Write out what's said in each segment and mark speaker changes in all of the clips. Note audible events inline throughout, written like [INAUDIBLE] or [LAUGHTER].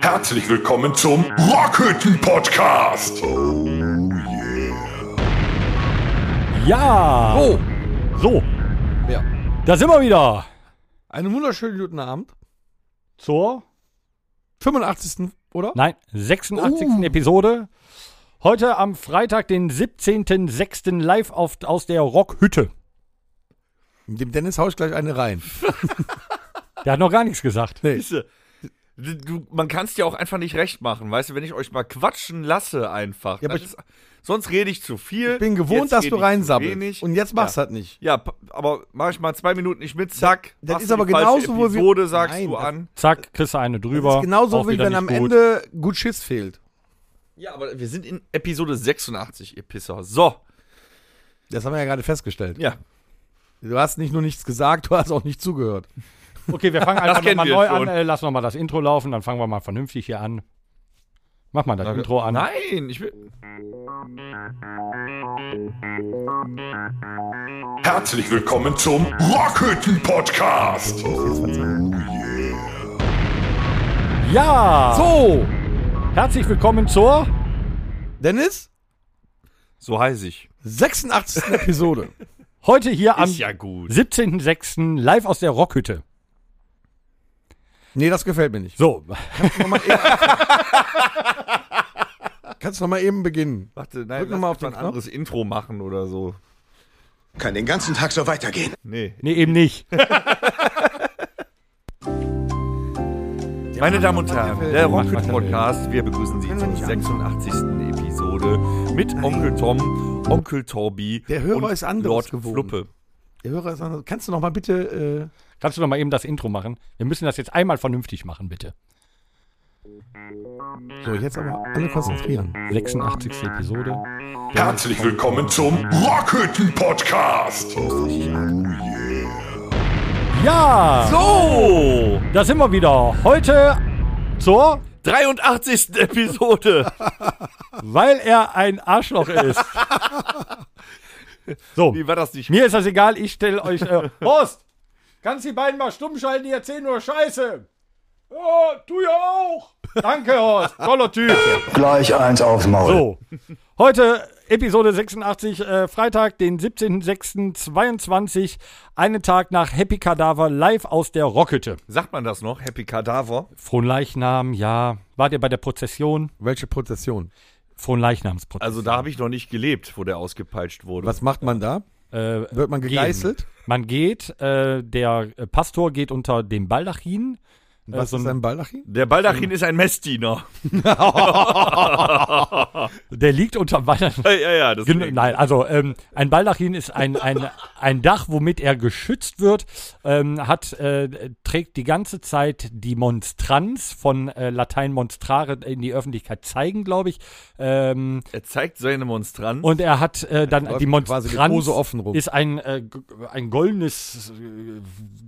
Speaker 1: Herzlich willkommen zum Rockhütten Podcast. Oh yeah.
Speaker 2: Ja!
Speaker 3: Oh,
Speaker 2: So,
Speaker 3: ja.
Speaker 2: da sind wir wieder
Speaker 3: Einen wunderschönen guten Abend.
Speaker 2: zur,
Speaker 3: 85. oder?
Speaker 2: nein, 86.
Speaker 3: Oh.
Speaker 2: Episode. Heute am Freitag, den 17.06. live auf, aus der Rockhütte.
Speaker 3: Dem Dennis hau ich gleich eine
Speaker 2: [LAUGHS]
Speaker 3: rein.
Speaker 2: Der hat noch gar nichts gesagt.
Speaker 3: Nee.
Speaker 4: Siehste, du- du, man kann es dir auch einfach nicht recht machen, weißt du, wenn ich euch mal quatschen lasse einfach.
Speaker 3: Ja,
Speaker 4: das
Speaker 3: aber
Speaker 4: ist, sonst rede ich zu viel.
Speaker 3: Ich bin gewohnt,
Speaker 4: jetzt
Speaker 3: dass
Speaker 4: rede
Speaker 3: du
Speaker 4: ich zu
Speaker 3: reinsabbelst.
Speaker 4: wenig.
Speaker 3: Und jetzt machst du
Speaker 4: ja.
Speaker 3: das nicht.
Speaker 4: Ja, p- aber mach ich mal zwei Minuten nicht mit, zack.
Speaker 3: Das
Speaker 4: hast
Speaker 3: ist
Speaker 4: du
Speaker 3: aber
Speaker 4: die falsche
Speaker 3: genauso, wo wir-
Speaker 4: Episode sagst
Speaker 3: Nein,
Speaker 4: du
Speaker 3: das-
Speaker 4: an.
Speaker 2: Zack, kriegst du eine drüber.
Speaker 3: Das ist genauso,
Speaker 2: Auch
Speaker 3: wie
Speaker 2: wieder
Speaker 3: wenn
Speaker 2: nicht
Speaker 3: am
Speaker 2: gut.
Speaker 3: Ende gut Schiss fehlt.
Speaker 4: Ja, aber wir sind in Episode 86, ihr Pisser. So,
Speaker 3: Das haben wir ja gerade festgestellt.
Speaker 4: ja.
Speaker 3: Du hast nicht nur nichts gesagt, du hast auch nicht zugehört.
Speaker 2: Okay, wir fangen einfach
Speaker 4: kennen
Speaker 2: nochmal neu
Speaker 4: wir schon.
Speaker 2: an. Äh, lass nochmal das Intro laufen, dann fangen wir mal vernünftig hier an. Mach mal das Intro an.
Speaker 4: Nein, ich will.
Speaker 1: Herzlich willkommen zum Rockhütten Podcast. Oh yeah.
Speaker 2: Ja!
Speaker 3: So,
Speaker 2: Herzlich willkommen zur.
Speaker 3: Dennis,
Speaker 4: So heiß ich.
Speaker 3: 86.
Speaker 2: [LAUGHS]
Speaker 3: Episode.
Speaker 2: Heute hier am
Speaker 4: Ist ja gut.
Speaker 2: 17.06. live aus der Rockhütte.
Speaker 3: Nee, das gefällt mir nicht.
Speaker 2: So,
Speaker 3: Kannst du noch mal eben beginnen?
Speaker 4: Warte, nein,
Speaker 3: Drück noch
Speaker 4: lass
Speaker 3: mal
Speaker 4: mich
Speaker 3: auf den
Speaker 4: mal ein anderes Intro machen oder so.
Speaker 5: Kann den ganzen Tag so weitergehen.
Speaker 4: Nee.
Speaker 2: nee, eben nicht.
Speaker 4: Meine Damen und Herren, der
Speaker 2: Macht, was
Speaker 4: Rocket
Speaker 2: er will.
Speaker 4: Podcast, wir begrüßen Sie zur 86. Episode mit Onkel Tom, Onkel Torbi
Speaker 3: Der Hörer
Speaker 4: und
Speaker 3: ist anderes
Speaker 4: Lord
Speaker 3: gewohnt.
Speaker 4: Fluppe.
Speaker 3: Der Hörer ist anders. Kannst du noch mal bitte. Äh,
Speaker 2: Kannst du noch mal eben das Intro machen? Wir müssen das jetzt einmal vernünftig machen, bitte.
Speaker 3: so, jetzt aber alle konzentrieren.
Speaker 2: 86. Episode.
Speaker 1: Herzlich willkommen zum Rockhütten Podcast. Oh yeah.
Speaker 2: Ja!
Speaker 3: Oh!
Speaker 4: So!
Speaker 2: Da sind wir wieder. Heute zur,
Speaker 4: 83. Episode!
Speaker 2: [LAUGHS] weil er ein Arschloch
Speaker 4: [LAUGHS]
Speaker 2: ist. So,
Speaker 4: Wie war das nicht?
Speaker 2: mir ist das egal, ich stelle euch. Äh, [LAUGHS] Horst, kannst die beiden mal stumm schalten, die erzählen nur Scheiße. Ja, tu ja auch. Danke, Horst. Toller Typ.
Speaker 5: Gleich eins aufs Maul.
Speaker 2: So, heute Episode 86, äh, Freitag, den 17.06.22, einen Tag nach Happy Kadaver, live aus der Rockhütte.
Speaker 4: Sagt man das noch? Happy Kadaver?
Speaker 2: Fronleichnam, ja. Wart ihr bei der Prozession?
Speaker 3: Welche Prozession?
Speaker 2: Fronleichnamsprozession.
Speaker 4: Also da habe ich noch nicht gelebt, wo der ausgepeitscht wurde.
Speaker 3: Was macht man da?
Speaker 2: äh,
Speaker 3: Wird man gegeißelt?
Speaker 2: Gehen. Man geht, äh, der äh, Pastor geht unter dem Baldachin.
Speaker 3: Was
Speaker 2: so
Speaker 3: ist
Speaker 2: ein-
Speaker 3: ein Baldachin?
Speaker 4: Der Baldachin ist ein Messdiener. [LAUGHS]
Speaker 2: Der liegt unter dem Baldachin.
Speaker 4: ja, ja, das
Speaker 3: Genau.
Speaker 2: Gen- Nein, also ähm, ein Baldachin ist ein, ein, ein Dach, womit er geschützt wird, ähm, hat, äh, trägt die ganze Zeit die Monstranz von äh, Latein monstrare in die Öffentlichkeit zeigen, glaube ich. Ähm,
Speaker 4: Er zeigt seine Monstranz.
Speaker 2: und er hat äh, dann
Speaker 3: läuft
Speaker 2: die
Speaker 3: quasi
Speaker 2: Monstranz
Speaker 3: mit Hose offen rum.
Speaker 2: ist ein, äh, g- ein goldenes äh,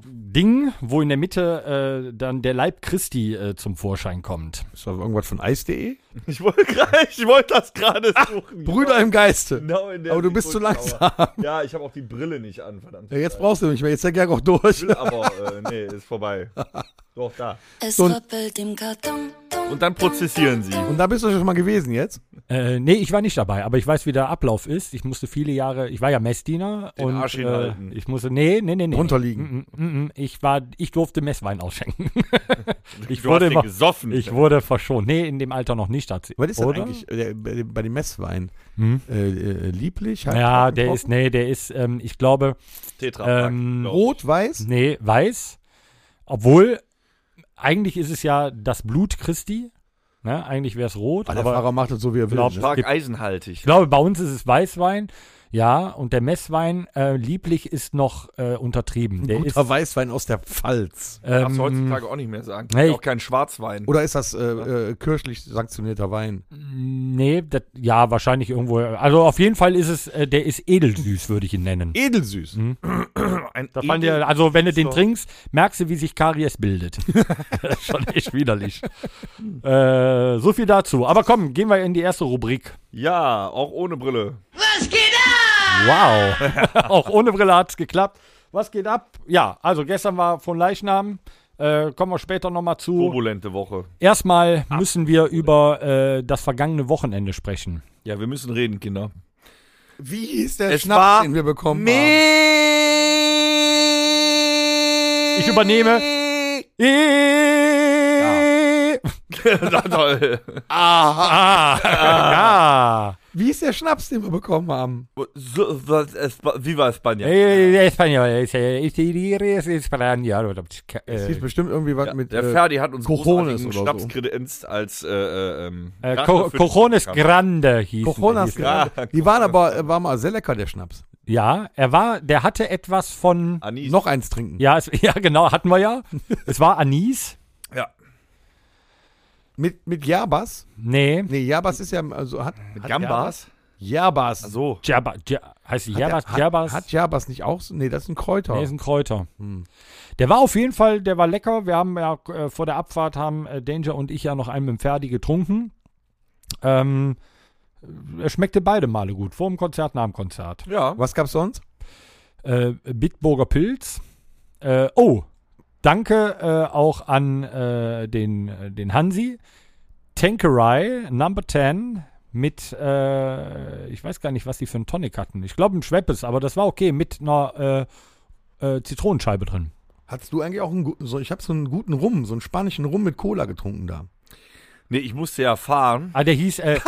Speaker 2: Ding, wo in der Mitte äh, dann der Leib Christi äh, zum Vorschein kommt.
Speaker 3: Ist das irgendwas von Eis.de?
Speaker 4: ich wollte gerade- [LAUGHS] ich wollte das gerade suchen.
Speaker 3: Brüder im Geiste.
Speaker 4: Genau in der
Speaker 3: Aber du bist zu
Speaker 4: Sekunde,
Speaker 3: langsam.
Speaker 4: aber- Ja, ich habe auch die Brille nicht an, verdammt.
Speaker 3: Ja, jetzt brauchst du mich mehr. Jetzt der Gag auch durch.
Speaker 4: will, aber äh, nee,
Speaker 3: [LAUGHS]
Speaker 4: ist vorbei. Doch, da.
Speaker 6: Es
Speaker 3: So ein-
Speaker 6: rappelt im Karton.
Speaker 4: Und dann prozessieren sie.
Speaker 3: Und da bist du schon mal gewesen jetzt.
Speaker 2: Äh, nee, ich war nicht dabei, aber ich weiß, wie der Ablauf ist. Ich musste viele Jahre, ich war ja Messdiener
Speaker 4: Den
Speaker 2: und
Speaker 4: Arsch
Speaker 2: äh,
Speaker 4: hinhalten.
Speaker 2: ich musste, nee, nee, nee, nee.
Speaker 3: Runterliegen.
Speaker 2: Mm, mm, mm, mm. Ich war, ich durfte Messwein ausschenken. [LAUGHS] ich
Speaker 4: Du
Speaker 2: wurde
Speaker 4: hast den
Speaker 2: immer,
Speaker 4: gesoffen.
Speaker 2: ich wurde verschont. Nee, in dem Alter noch nicht. tatsächlich.
Speaker 3: Was ist denn
Speaker 2: Oder?
Speaker 3: eigentlich äh, der- bei dem- bei dem Messwein?
Speaker 2: Hm?
Speaker 3: Äh, äh, lieblich? halb
Speaker 2: Ja,
Speaker 3: trocken,
Speaker 2: der
Speaker 3: trocken?
Speaker 2: ist, nee, der ist, ähm, ich glaube,
Speaker 4: Tetrapack,
Speaker 2: Ähm,
Speaker 4: glaub ich.
Speaker 3: Rot, weiß?
Speaker 2: Nee, weiß. Obwohl, eigentlich ist es ja das Blut Christi. Ne? Eigentlich wäre es rot.
Speaker 3: Ah, der
Speaker 2: aber
Speaker 3: Fahrer macht das so, wie er will.
Speaker 2: Glaub-
Speaker 3: ne?
Speaker 4: Stark
Speaker 2: gibt- Ähm, ich
Speaker 4: eisenhaltig.
Speaker 2: glaube, bei uns ist es Weißwein. Ja, und der Messwein, äh, lieblich, ist noch äh, untertrieben. Der ist.
Speaker 3: Guter Weißwein aus der Pfalz.
Speaker 4: Darfst
Speaker 2: Ähm,
Speaker 4: du heutzutage auch nicht mehr sagen.
Speaker 2: hey.
Speaker 4: Auch kein Schwarzwein.
Speaker 3: Oder ist das äh, äh, kirchlich sanktionierter Wein?
Speaker 2: nee, das, ja, wahrscheinlich irgendwo. Also auf jeden Fall ist es, äh, der ist edelsüß, würde ich ihn nennen.
Speaker 3: E- Edelsüß.
Speaker 4: Ein
Speaker 2: Da fallen
Speaker 4: edel-
Speaker 2: dir, also wenn du den
Speaker 4: doch-
Speaker 2: trinkst, merkst du, wie sich Karies bildet. [LAUGHS] Das ist Schon echt widerlich. äh, so viel dazu. Aber komm, gehen wir in die erste Rubrik.
Speaker 4: ja, auch ohne Brille.
Speaker 2: Wow. Auch ohne Brille hat's geklappt. Was geht ab? Ja, also gestern war von Leichnam. Äh, kommen wir später nochmal zu.
Speaker 4: Turbulente Woche.
Speaker 2: Erstmal müssen wir über äh, das vergangene Wochenende sprechen.
Speaker 4: Ja, wir müssen reden, Kinder.
Speaker 3: Wie hieß der
Speaker 4: Es war
Speaker 3: Schnaps, den wir bekommen haben?
Speaker 2: Ich übernehme.
Speaker 4: [LAUGHS]
Speaker 2: E-
Speaker 4: Na toll.
Speaker 2: Ah.
Speaker 3: Ah.
Speaker 2: [LAUGHS] Ja.
Speaker 3: Wie hieß der Schnaps, den wir bekommen haben?
Speaker 4: So, was, es, Viva España.
Speaker 2: Eh, Español, es, eh, ich diría, es Español, oder,
Speaker 3: Es hieß
Speaker 2: äh,
Speaker 3: bestimmt irgendwie was mit.
Speaker 4: Der
Speaker 3: äh,
Speaker 4: Ferdi hat uns
Speaker 3: Cojones
Speaker 4: großartigen
Speaker 3: oder so.
Speaker 4: Schnaps kredenzt als äh, äh, ähm,
Speaker 2: äh,
Speaker 4: Rache
Speaker 2: Co-
Speaker 4: für
Speaker 2: Cojones
Speaker 4: den Kampf.
Speaker 2: Grande hieß
Speaker 3: Coronas
Speaker 4: Ja,
Speaker 3: gerade. Die waren aber äh, war mal sehr lecker, der Schnaps.
Speaker 2: Ja, er war, der hatte etwas von.
Speaker 4: Anis.
Speaker 3: Noch eins trinken.
Speaker 2: Ja, es, [LAUGHS] ja, genau, hatten wir ja. Es war Anis.
Speaker 4: Ja.
Speaker 3: Mit, mit Jabas?
Speaker 2: Nee.
Speaker 3: Nee, Jabas ist ja. Also hat,
Speaker 4: Mit Gambas?
Speaker 3: Jabas.
Speaker 4: Ach so.
Speaker 2: Jabba, ja, heißt die Jabas,
Speaker 3: hat,
Speaker 2: Jabas.
Speaker 3: Hat Jabas nicht auch so? Nee, das ist ein Kräuter.
Speaker 2: Nee, ist ein Kräuter. Der war auf jeden Fall, der war lecker. Wir haben ja äh, vor der Abfahrt haben äh, Danger und ich ja noch einen mit dem Ferdi getrunken. Ähm, er schmeckte beide Male gut, vor dem Konzert, nach dem Konzert.
Speaker 4: Ja.
Speaker 3: was gab's sonst?
Speaker 2: Äh, Bitburger Pilz. Äh, oh, danke äh, auch an äh, den, äh, den Hansi. Tankerai Number 10 mit, äh, ich weiß gar nicht, was die für einen Tonic hatten. Ich glaube, ein Schweppes, aber das war okay, mit einer äh, äh, Zitronenscheibe drin.
Speaker 3: Hattest du eigentlich auch einen guten, so, ich habe so einen guten Rum, so einen spanischen Rum mit Cola getrunken da.
Speaker 4: Nee, ich musste ja fahren.
Speaker 2: Ah, der hieß, äh,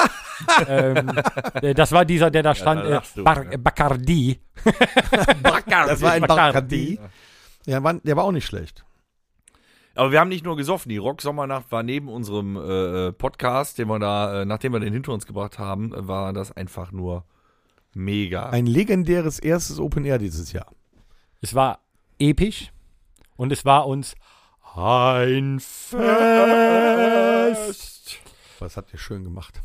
Speaker 2: ähm, äh, das war dieser, der da stand,
Speaker 4: da
Speaker 2: äh,
Speaker 4: lachst du,
Speaker 2: Bar
Speaker 4: ne?
Speaker 2: Bacardi.
Speaker 3: Das war ein
Speaker 2: Bacardi.
Speaker 3: Bacardi. Ja, war, der war auch nicht schlecht.
Speaker 4: Aber wir haben nicht nur gesoffen. Die Rock-Sommernacht war neben unserem äh, äh, Podcast, den wir da, äh, nachdem wir den hinter uns gebracht haben, äh, war das einfach nur mega.
Speaker 3: Ein legendäres erstes Open Air dieses Jahr.
Speaker 2: Es war episch und es war uns ein Fest.
Speaker 3: Was habt ihr schön gemacht?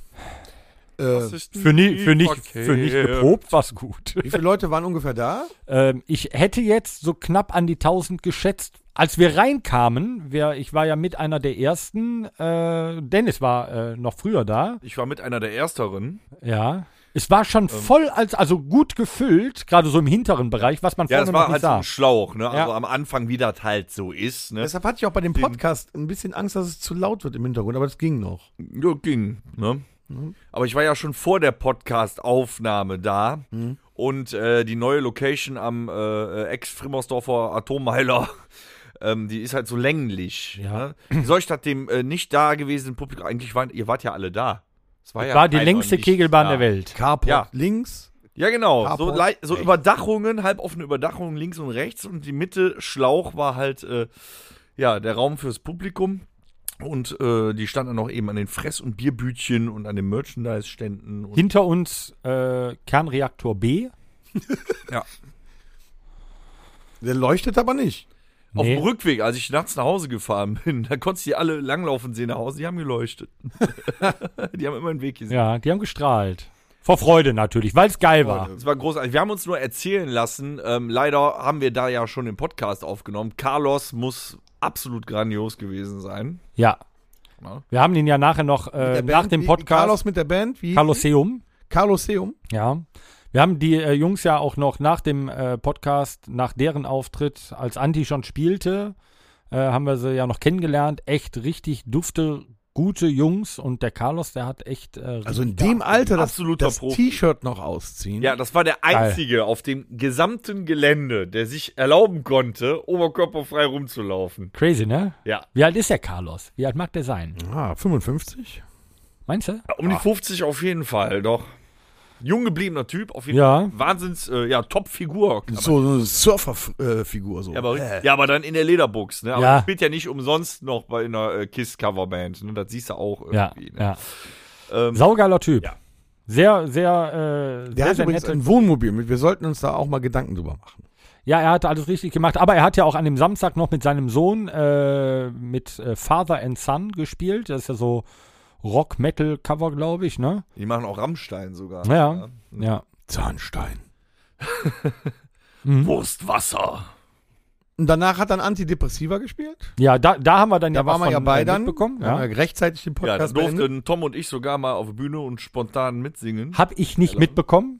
Speaker 3: Äh,
Speaker 2: Für, nie, für, nicht, für nicht geprobt war's gut.
Speaker 3: wie viele Leute waren ungefähr da?
Speaker 2: Ähm, ich hätte jetzt so knapp an die 1000 geschätzt. Als wir reinkamen, wir, ich war ja mit einer der ersten, äh, Dennis war äh, noch früher da,
Speaker 4: Ich war mit einer der Ersteren.
Speaker 2: ja. Es war
Speaker 4: Ähm.
Speaker 2: schon voll, als, also gut gefüllt, gerade so im hinteren Bereich, was man
Speaker 4: Ja,
Speaker 2: vorne
Speaker 4: das
Speaker 2: noch
Speaker 4: war
Speaker 2: nicht
Speaker 4: halt so
Speaker 2: sah.
Speaker 4: ein Schlauch, ne? Also
Speaker 2: Ja.
Speaker 4: am Anfang, wie das halt so ist, ne?
Speaker 3: Deshalb hatte ich auch bei dem Podcast ein bisschen Angst, dass es zu laut wird im Hintergrund, aber das ging noch.
Speaker 4: Ja, ging, ne? Aber ich war ja schon vor der Podcast-Aufnahme da und äh, die neue Location am äh, äh, Ex-Frimmersdorfer Atommeiler, [LAUGHS] ähm, die ist halt so länglich.
Speaker 2: Ja.
Speaker 4: Ne? Soll ich das dem äh, nicht da gewesenen Publikum, eigentlich waren, ihr wart ja alle da. Es
Speaker 2: Das war die
Speaker 4: keiner
Speaker 2: längste
Speaker 4: nicht
Speaker 2: Kegelbahn
Speaker 4: da.
Speaker 2: der Welt.
Speaker 3: Carport
Speaker 4: Ja.
Speaker 3: links.
Speaker 4: Ja, genau. So,
Speaker 3: Carport
Speaker 4: lei- so Überdachungen, halboffene Überdachungen links und rechts und die Mitte Schlauch war halt äh, ja der Raum fürs Publikum. Und äh, die standen dann auch eben an den Fress- und Bierbütchen und an den Merchandise-Ständen. und-
Speaker 2: Hinter uns äh, Kernreaktor B.
Speaker 3: Der leuchtet aber nicht.
Speaker 4: Auf
Speaker 2: Nee.
Speaker 4: dem Rückweg, als ich nachts nach Hause gefahren [LAUGHS] bin, da konntest du die alle langlaufen sehen nach Hause, die haben geleuchtet. die haben immer einen Weg gesehen.
Speaker 2: Ja, die haben gestrahlt. Vor Freude natürlich, weil es geil war.
Speaker 4: Das war großartig. Wir haben uns nur erzählen lassen. Ähm, leider haben wir da ja schon den Podcast aufgenommen. Carlos muss absolut grandios gewesen sein.
Speaker 2: Ja.
Speaker 4: Na?
Speaker 2: Wir haben ihn ja nachher noch äh, nach
Speaker 3: Der Band,
Speaker 2: dem
Speaker 3: wie- wie
Speaker 2: Podcast
Speaker 3: Carlos mit der Band, wie?
Speaker 2: Carloseum.
Speaker 3: Carloseum.
Speaker 2: Ja. Wir haben die äh, Jungs ja auch noch nach dem äh, Podcast, nach deren Auftritt, als Anti schon spielte, äh, haben wir sie ja noch kennengelernt. Echt richtig dufte, gute Jungs. Und der Carlos, der hat echt. Äh,
Speaker 3: Also in
Speaker 2: richtig
Speaker 3: dem Alter das,
Speaker 4: absoluter
Speaker 3: das
Speaker 4: Profi.
Speaker 3: T-Shirt noch ausziehen.
Speaker 4: Ja, das war der einzige auf dem gesamten Gelände, der sich erlauben konnte, oberkörperfrei rumzulaufen.
Speaker 2: Crazy, ne?
Speaker 4: Ja.
Speaker 2: Wie alt ist der Carlos? Wie alt mag der sein?
Speaker 3: Ah, 55.
Speaker 2: Meinst du?
Speaker 4: Um die 50 auf jeden Fall, doch. Jung gebliebener Typ, auf jeden
Speaker 2: Ja.
Speaker 4: Fall. Wahnsinns, äh, ja, Top-Figur. kann man
Speaker 3: So, so eine Surferfigur so.
Speaker 4: Ja, aber, ja, aber dann in der Lederbox, ne? Aber
Speaker 2: Ja.
Speaker 4: ja. spielt ja nicht umsonst noch bei einer äh, Kiss-Coverband, ne? Das siehst du auch
Speaker 2: Ja.
Speaker 4: irgendwie.
Speaker 2: ja.
Speaker 4: Ne? Ähm,
Speaker 2: Saugeiler Typ.
Speaker 4: Ja.
Speaker 2: Sehr, sehr, äh,
Speaker 3: Der
Speaker 2: sehr,
Speaker 3: hat
Speaker 2: sehr
Speaker 3: übrigens
Speaker 2: nette.
Speaker 3: ein Wohnmobil mit. Wir sollten uns da auch mal Gedanken drüber machen.
Speaker 2: Ja, er hat alles richtig gemacht, aber er hat ja auch an dem Samstag noch mit seinem Sohn äh, mit äh, Father and Son gespielt. Das ist ja so Rock-Metal-Cover, glaube ich, ne?
Speaker 4: die machen auch Rammstein sogar. ne?
Speaker 2: Ja.
Speaker 4: Hm.
Speaker 2: Ja.
Speaker 3: Zahnstein.
Speaker 2: Mhm.
Speaker 4: Wurstwasser.
Speaker 3: Und danach hat dann Antidepressiva gespielt.
Speaker 2: Ja, da, da haben wir dann
Speaker 3: Da
Speaker 2: was
Speaker 3: waren wir ja
Speaker 2: von,
Speaker 3: bei
Speaker 2: äh,
Speaker 3: dann.
Speaker 2: mitbekommen.
Speaker 3: Wir haben
Speaker 2: Ja.
Speaker 3: ja rechtzeitig den
Speaker 4: Ja, da
Speaker 3: Podcast beendet.
Speaker 4: durften Tom und ich sogar mal auf der Bühne und spontan mitsingen.
Speaker 2: Hab ich nicht mitbekommen.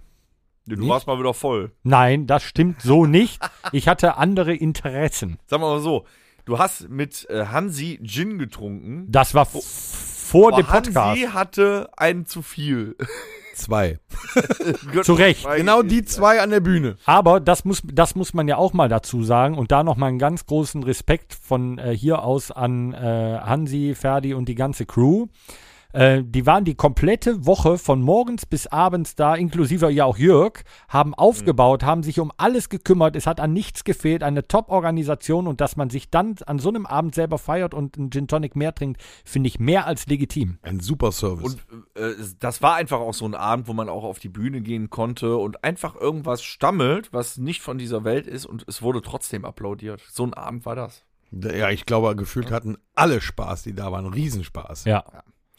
Speaker 4: Du
Speaker 2: Nicht?
Speaker 4: warst mal wieder voll.
Speaker 2: Nein, das stimmt so nicht. Ich hatte andere Interessen.
Speaker 4: Sagen wir mal so, du hast mit äh, Hansi Gin getrunken.
Speaker 2: Das war f- vor dem
Speaker 4: aber Hansi
Speaker 2: Genau, Podcast.
Speaker 4: hatte einen zu viel.
Speaker 3: Zwei.
Speaker 2: [LAUGHS] Zu Recht.
Speaker 3: Genau die zwei an der Bühne.
Speaker 2: Aber das muss, das muss man ja auch mal dazu sagen und da nochmal einen ganz großen Respekt von äh, hier aus an äh, Hansi, Ferdi und die ganze Crew. Äh, die waren die komplette Woche von morgens bis abends da, inklusive ja auch Jörg,
Speaker 4: Mhm.
Speaker 2: haben aufgebaut, haben sich um alles gekümmert, es hat an nichts gefehlt, eine Top-Organisation und dass man sich dann an so einem Abend selber feiert und einen Gin Tonic mehr trinkt, finde ich mehr als legitim.
Speaker 3: Ein super Service.
Speaker 4: Und äh, das war einfach auch so ein Abend, wo man auch auf die Bühne gehen konnte und einfach irgendwas stammelt, was nicht von dieser Welt ist und es wurde trotzdem applaudiert. So ein Abend war das.
Speaker 3: ja, ich glaube, gefühlt hatten alle Spaß, die da waren. Riesenspaß.
Speaker 2: Ja.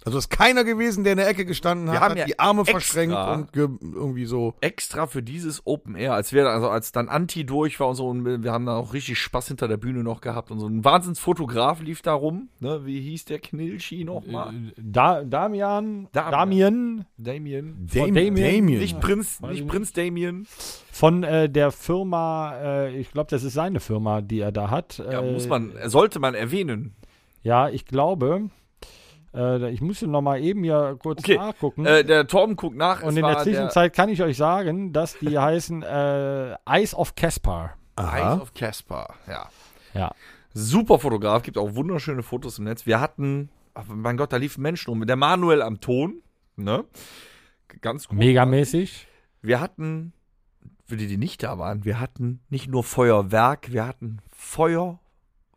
Speaker 3: Also ist keiner gewesen, der in der Ecke gestanden hat,
Speaker 4: Wir haben
Speaker 3: hat
Speaker 4: ja
Speaker 3: die Arme
Speaker 4: extra-
Speaker 3: verschränkt und ge irgendwie so.
Speaker 4: Extra für dieses Open Air, als wir also als dann Anti durch war und so und wir haben da auch richtig Spaß hinter der Bühne noch gehabt und so ein Wahnsinnsfotograf lief da rum, ne? Wie hieß der Knilschi nochmal?
Speaker 2: Da, Damian,
Speaker 4: Damian.
Speaker 2: Damien
Speaker 4: Damien.
Speaker 2: Damien.
Speaker 3: Äh,
Speaker 4: Nicht Prinz, nicht Prinz Damien.
Speaker 2: Von äh, der Firma, äh, ich glaube, das ist seine Firma, die er da hat. Äh,
Speaker 4: Ja, muss man, sollte man erwähnen.
Speaker 2: Ja, ich glaube. Äh, ich muss hier noch mal eben ja kurz
Speaker 4: Okay.
Speaker 2: nachgucken.
Speaker 4: Äh, der Torben guckt nach. es
Speaker 2: Hm. und in
Speaker 4: war
Speaker 2: der Zwischenzeit kann ich euch sagen, dass
Speaker 4: [LAUGHS]
Speaker 2: die heißen äh, Eyes of Caspar.
Speaker 4: Eyes
Speaker 3: Aha.
Speaker 4: of Caspar, ja.
Speaker 2: Ja.
Speaker 4: Super Fotograf, gibt auch wunderschöne Fotos im Netz. Wir hatten, ach, mein Gott, da liefen Menschen um. Der Manuel am Ton, ne? Ganz gut.
Speaker 2: Megamäßig.
Speaker 4: Wir hatten, für die, die nicht da waren, wir hatten nicht nur Feuerwerk, wir hatten Feuer,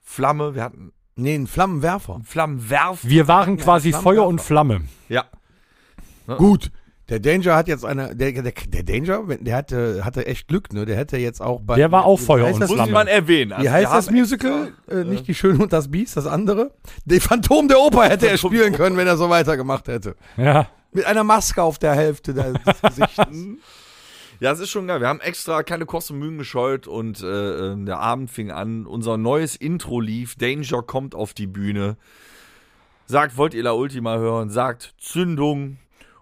Speaker 4: Flamme, wir hatten
Speaker 3: Nee, ein Flammenwerfer.
Speaker 4: Flammenwerfer.
Speaker 2: Wir waren quasi
Speaker 3: Flammen-
Speaker 2: Feuer und Flamme. [LAUGHS]
Speaker 4: Ja.
Speaker 3: Gut. Der Danger hat jetzt eine, der, der, der Danger, wenn- der hatte, hatte echt Glück, ne? Der hätte jetzt auch bei.
Speaker 2: Der war auch
Speaker 3: wie
Speaker 2: Feuer
Speaker 3: heißt
Speaker 2: und
Speaker 3: das-
Speaker 4: Muss
Speaker 2: Flamme.
Speaker 4: man erwähnen. Also
Speaker 3: Wie
Speaker 4: wir
Speaker 3: heißt das
Speaker 4: haben
Speaker 3: Musical? äh, nicht die Schöne und das Biest, das andere? Die Phantom der Oper hätte er spielen können, wenn er so weitergemacht hätte.
Speaker 2: Ja.
Speaker 3: Mit einer Maske auf der Hälfte des
Speaker 4: [LAUGHS]
Speaker 3: Gesichts.
Speaker 4: Ja, es ist schon geil. Wir haben extra keine Kosten und Mühen gescheut und äh, ähm, der Abend fing an. Unser neues Intro lief. Danger kommt auf die Bühne. Sagt, wollt ihr La Ultima hören? Sagt Zündung.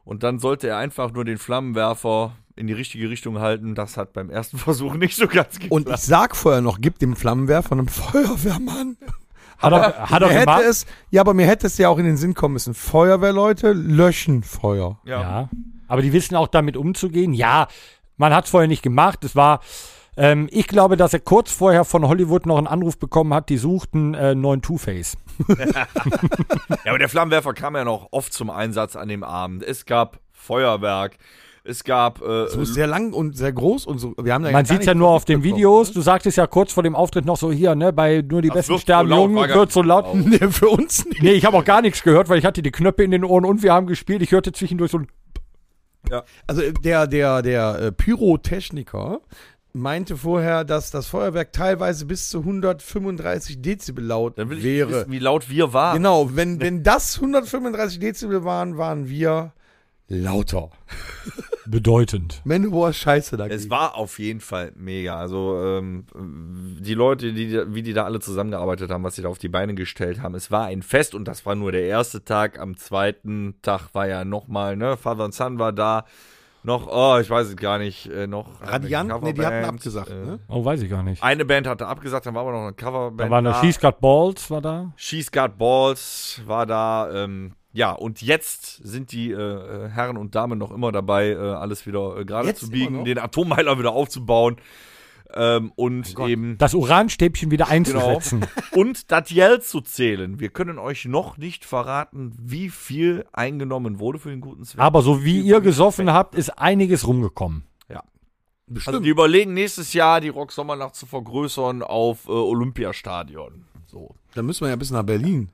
Speaker 4: Und dann sollte er einfach nur den Flammenwerfer in die richtige Richtung halten. Das hat beim ersten [LAUGHS] Versuch nicht so ganz geklappt.
Speaker 3: Und ich sag vorher noch, gib dem Flammenwerfer einem [LAUGHS] Feuerwehrmann.
Speaker 2: Hat er, hat
Speaker 3: mir
Speaker 2: er
Speaker 3: hätte
Speaker 2: gemacht.
Speaker 3: es, ja, aber mir hätte es ja auch in den Sinn kommen müssen. Feuerwehrleute löschen Feuer.
Speaker 2: Ja. Aber die wissen auch damit umzugehen. Ja, man hat es vorher nicht gemacht. Es war, ähm, ich glaube, dass er kurz vorher von Hollywood noch einen Anruf bekommen hat, die suchten äh, neuen Two-Face.
Speaker 4: Ja, aber der Flammenwerfer kam ja noch oft zum Einsatz an dem Abend. Es gab Feuerwerk. Es gab äh,
Speaker 3: So sehr lang und sehr groß und so. Wir haben da
Speaker 2: Man
Speaker 3: gar
Speaker 2: sieht ja
Speaker 3: nicht
Speaker 2: nur auf den
Speaker 3: mitbekommen.
Speaker 2: Videos. Du sagtest ja kurz vor dem Auftritt noch so hier, ne, bei nur die
Speaker 4: Ach,
Speaker 2: besten
Speaker 4: wird so
Speaker 2: sterben
Speaker 4: laut,
Speaker 2: jung,
Speaker 4: war gar
Speaker 2: wird so
Speaker 4: nicht
Speaker 2: laut.
Speaker 4: laut.
Speaker 3: [LAUGHS] Nee, für uns
Speaker 2: [LAUGHS]
Speaker 3: nicht.
Speaker 2: Nee, ich habe auch gar nichts gehört, weil ich hatte die Knöpfe in den Ohren und wir haben gespielt. Ich hörte zwischendurch so ein
Speaker 3: Also äh, der, der, der äh, Pyrotechniker meinte vorher, dass das Feuerwerk teilweise bis zu 135 Dezibel laut
Speaker 4: dann will ich
Speaker 3: wäre.
Speaker 4: wissen, wie Ah. laut wir waren.
Speaker 3: Genau, wenn, wenn das 135 Dezibel waren, waren wir lauter.
Speaker 2: bedeutend.
Speaker 3: Manowar scheiße da
Speaker 4: Es war auf jeden Fall mega. Also ähm, die Leute, die, da- wie die da alle zusammengearbeitet haben, was sie da auf die Beine gestellt haben, es war ein Fest und das war nur der erste Tag. Am zweiten Tag war ja nochmal, ne, Father and Son war da. Noch, oh, ich weiß es gar nicht, äh, noch.
Speaker 3: Radiant?
Speaker 4: eine
Speaker 3: Nee, die hatten
Speaker 4: Coverband,
Speaker 3: abgesagt,
Speaker 4: äh,
Speaker 3: ne?
Speaker 2: Oh, weiß ich gar nicht.
Speaker 4: Eine Band hatte abgesagt, dann war aber noch eine Coverband.
Speaker 2: Da war eine She's Got Balls, war da.
Speaker 4: She's Got Balls war da. Ähm, ja, und jetzt sind die äh, Herren und Damen noch immer dabei, äh, alles wieder äh, gerade
Speaker 3: Jetzt
Speaker 4: zu
Speaker 3: immer
Speaker 4: biegen,
Speaker 3: noch?
Speaker 4: den Atommeiler wieder aufzubauen ähm, und eben
Speaker 2: Das Uranstäbchen wieder
Speaker 4: genau
Speaker 2: einzusetzen.
Speaker 4: und das Geld zu zählen. Wir können euch noch nicht verraten, wie viel eingenommen wurde für den guten
Speaker 3: Ah,
Speaker 4: Zweck.
Speaker 2: Aber so wie ihr gesoffen habt, ist einiges rumgekommen.
Speaker 4: ja.
Speaker 3: Bestimmt.
Speaker 4: Also die überlegen nächstes Jahr die Rock Sommernacht zu vergrößern auf äh, Olympiastadion. So.
Speaker 3: Dann müssen wir ja bis nach Berlin.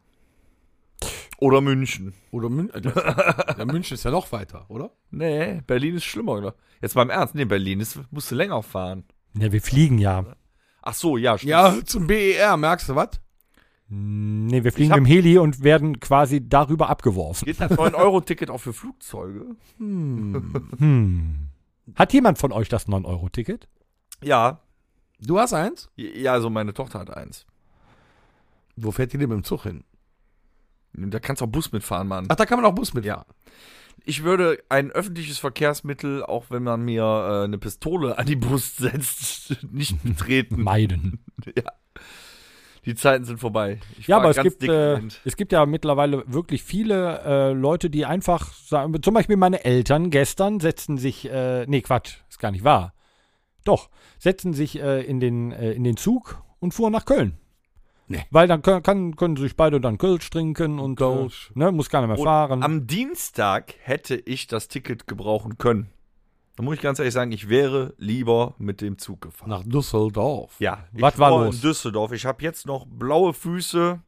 Speaker 4: Oder München.
Speaker 3: Oder Mün äh, das- ja, München ist ja noch weiter, oder?
Speaker 4: Nee, Berlin ist schlimmer. oder? Jetzt beim Ernst. Nee, Berlin ist, musst du länger fahren.
Speaker 2: Ja, wir fliegen ja.
Speaker 4: Ach so, ja, stimmt.
Speaker 3: Ja, zum BER, merkst du was?
Speaker 2: Nee, wir fliegen
Speaker 4: hab-
Speaker 2: mit dem Heli und werden quasi darüber abgeworfen.
Speaker 4: Geht das 9-Euro-Ticket auch für Flugzeuge?
Speaker 2: Hat jemand von euch das 9-Euro-Ticket?
Speaker 4: Ja.
Speaker 3: Du hast eins?
Speaker 4: Ja, also meine Tochter hat eins.
Speaker 3: Wo fährt ihr denn mit dem Zug hin?
Speaker 4: Da kannst du auch Bus mitfahren, Mann.
Speaker 3: Ach, da kann man auch Bus mit.
Speaker 4: Ja. ich würde ein öffentliches Verkehrsmittel, auch wenn man mir äh, eine Pistole an die Brust [LAUGHS] setzt, nicht [LAUGHS] betreten.
Speaker 2: Meiden.
Speaker 4: Die Zeiten sind vorbei. Ich
Speaker 2: Ja,
Speaker 4: war
Speaker 2: aber es
Speaker 4: ganz
Speaker 2: gibt,
Speaker 4: dick
Speaker 2: äh,
Speaker 4: blind.
Speaker 2: es gibt ja mittlerweile wirklich viele äh, Leute, die einfach sagen, zum Beispiel meine Eltern gestern setzten sich, äh, nee, Quatsch, ist gar nicht wahr. Doch, setzten sich äh, in, den, äh, in den Zug und fuhren nach Köln.
Speaker 3: Nee.
Speaker 2: Weil dann können, kann, können sich beide dann Kölsch trinken und äh,
Speaker 3: Kölsch.
Speaker 2: ne, muss keiner mehr
Speaker 4: Und
Speaker 2: fahren.
Speaker 4: Am Dienstag hätte ich das Ticket gebrauchen können. Da muss ich ganz ehrlich sagen, ich wäre lieber mit dem Zug gefahren.
Speaker 3: Nach Düsseldorf.
Speaker 4: Ja, ich
Speaker 2: Was war los?
Speaker 4: in Düsseldorf. Ich habe jetzt noch blaue Füße,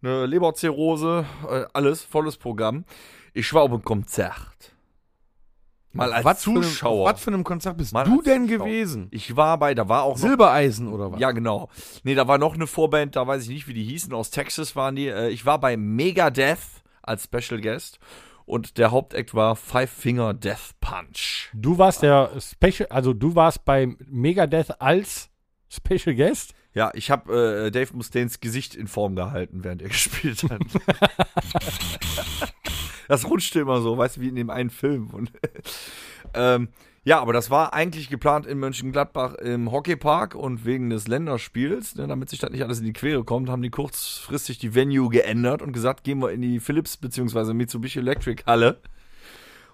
Speaker 4: eine Leberzirrhose, äh, alles, volles Programm. Ich war auf einem Konzert. Mal als
Speaker 3: was Für
Speaker 4: Zuschauer.
Speaker 3: einem, was für einem Konzert bist
Speaker 4: Mal
Speaker 3: du
Speaker 4: als
Speaker 3: denn
Speaker 4: Zuschauer.
Speaker 3: gewesen?
Speaker 4: Ich war bei, da war auch noch
Speaker 3: Silbereisen oder was?
Speaker 4: Ja, genau. Nee, da war noch eine Vorband, da weiß ich nicht, wie die hießen. Aus Texas waren die. Äh, Ich war bei Megadeth als Special Guest und der Hauptact war Five Finger Death Punch.
Speaker 2: du warst der Special, also du warst bei Megadeth als Special Guest.
Speaker 4: Ja, ich habe äh, Dave Mustaines Gesicht in Form gehalten, während er [LAUGHS] gespielt hat. das rutschte immer so, weißt du, wie in dem einen Film. Und, [LAUGHS] ähm, ja, aber das war eigentlich geplant in Mönchengladbach im Hockeypark und wegen des Länderspiels, ne, damit sich das nicht alles in die Quere kommt, haben die kurzfristig die Venue geändert und gesagt, gehen wir in die Philips bzw. Mitsubishi Electric Halle.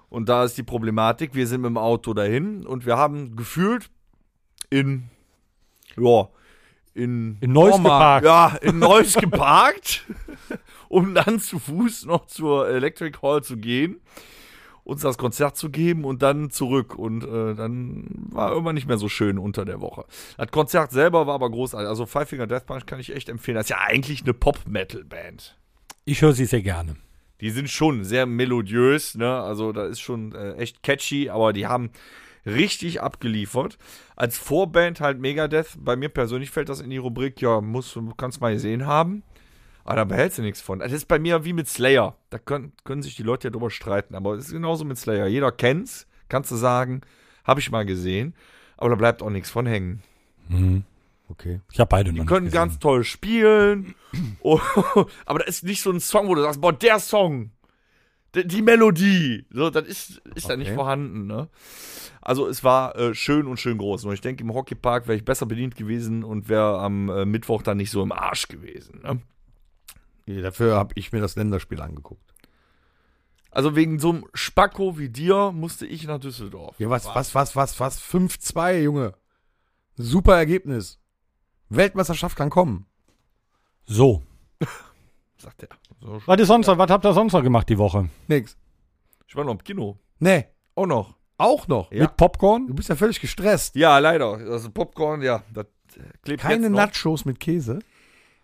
Speaker 4: Und da ist die Problematik, wir sind mit dem Auto dahin und wir haben gefühlt in, ja, in,
Speaker 2: In Neuss
Speaker 4: Norma-
Speaker 2: geparkt.
Speaker 4: Ja, in Neuss geparkt, [LAUGHS] um dann zu Fuß noch zur Electric Hall zu gehen, uns das Konzert zu geben und dann zurück. Und äh, dann war irgendwann nicht mehr so schön unter der Woche. Das Konzert selber war aber großartig. Also Five Finger Death Punch kann ich echt empfehlen. Das ist ja eigentlich eine Pop-Metal-Band.
Speaker 2: Ich höre sie sehr gerne.
Speaker 4: Die sind schon sehr melodiös, ne? Also da ist schon äh, echt catchy, aber die haben richtig abgeliefert. Als Vorband halt Megadeth. Bei mir persönlich fällt das in die Rubrik, ja, muss, kannst mal gesehen haben. Aber da behältst du nichts von. Das ist bei mir wie mit Slayer. Da können, können sich die Leute ja drüber streiten. Aber es ist genauso mit Slayer. Jeder kennt's, kannst du sagen, habe ich mal gesehen. Aber da bleibt auch nichts von hängen.
Speaker 3: Okay.
Speaker 2: Ich habe beide noch
Speaker 4: Die
Speaker 2: nicht
Speaker 4: können
Speaker 2: gesehen.
Speaker 4: ganz toll spielen. Oh, [LAUGHS] aber da ist nicht so ein Song, wo du sagst, boah, der Song. D- Die Melodie, so, das ist, ist da nicht vorhanden. Ne? Also es war äh, schön und schön groß. Und ich denke, im Hockeypark wäre ich besser bedient gewesen und wäre am äh, Mittwoch dann nicht so im Arsch gewesen. Ne?
Speaker 3: Dafür habe ich mir das Länderspiel angeguckt.
Speaker 4: Also wegen so einem Spacko wie dir musste ich nach Düsseldorf.
Speaker 3: Ja, was, was, was, was, was? 5-2, Junge. Super Ergebnis. Weltmeisterschaft kann kommen.
Speaker 2: So.
Speaker 4: Sagt er. So,
Speaker 2: Was, ist sonst, noch- was habt ihr sonst noch gemacht die Woche?
Speaker 3: Nix.
Speaker 4: Ich war noch im Kino.
Speaker 3: Nee,
Speaker 4: Auch noch.
Speaker 3: auch noch.
Speaker 4: Ja.
Speaker 2: Mit Popcorn?
Speaker 3: Du bist ja völlig gestresst.
Speaker 4: Ja, leider. Also Popcorn, ja, das äh, klebt
Speaker 3: Keine
Speaker 4: jetzt noch.
Speaker 3: Nachos mit Käse.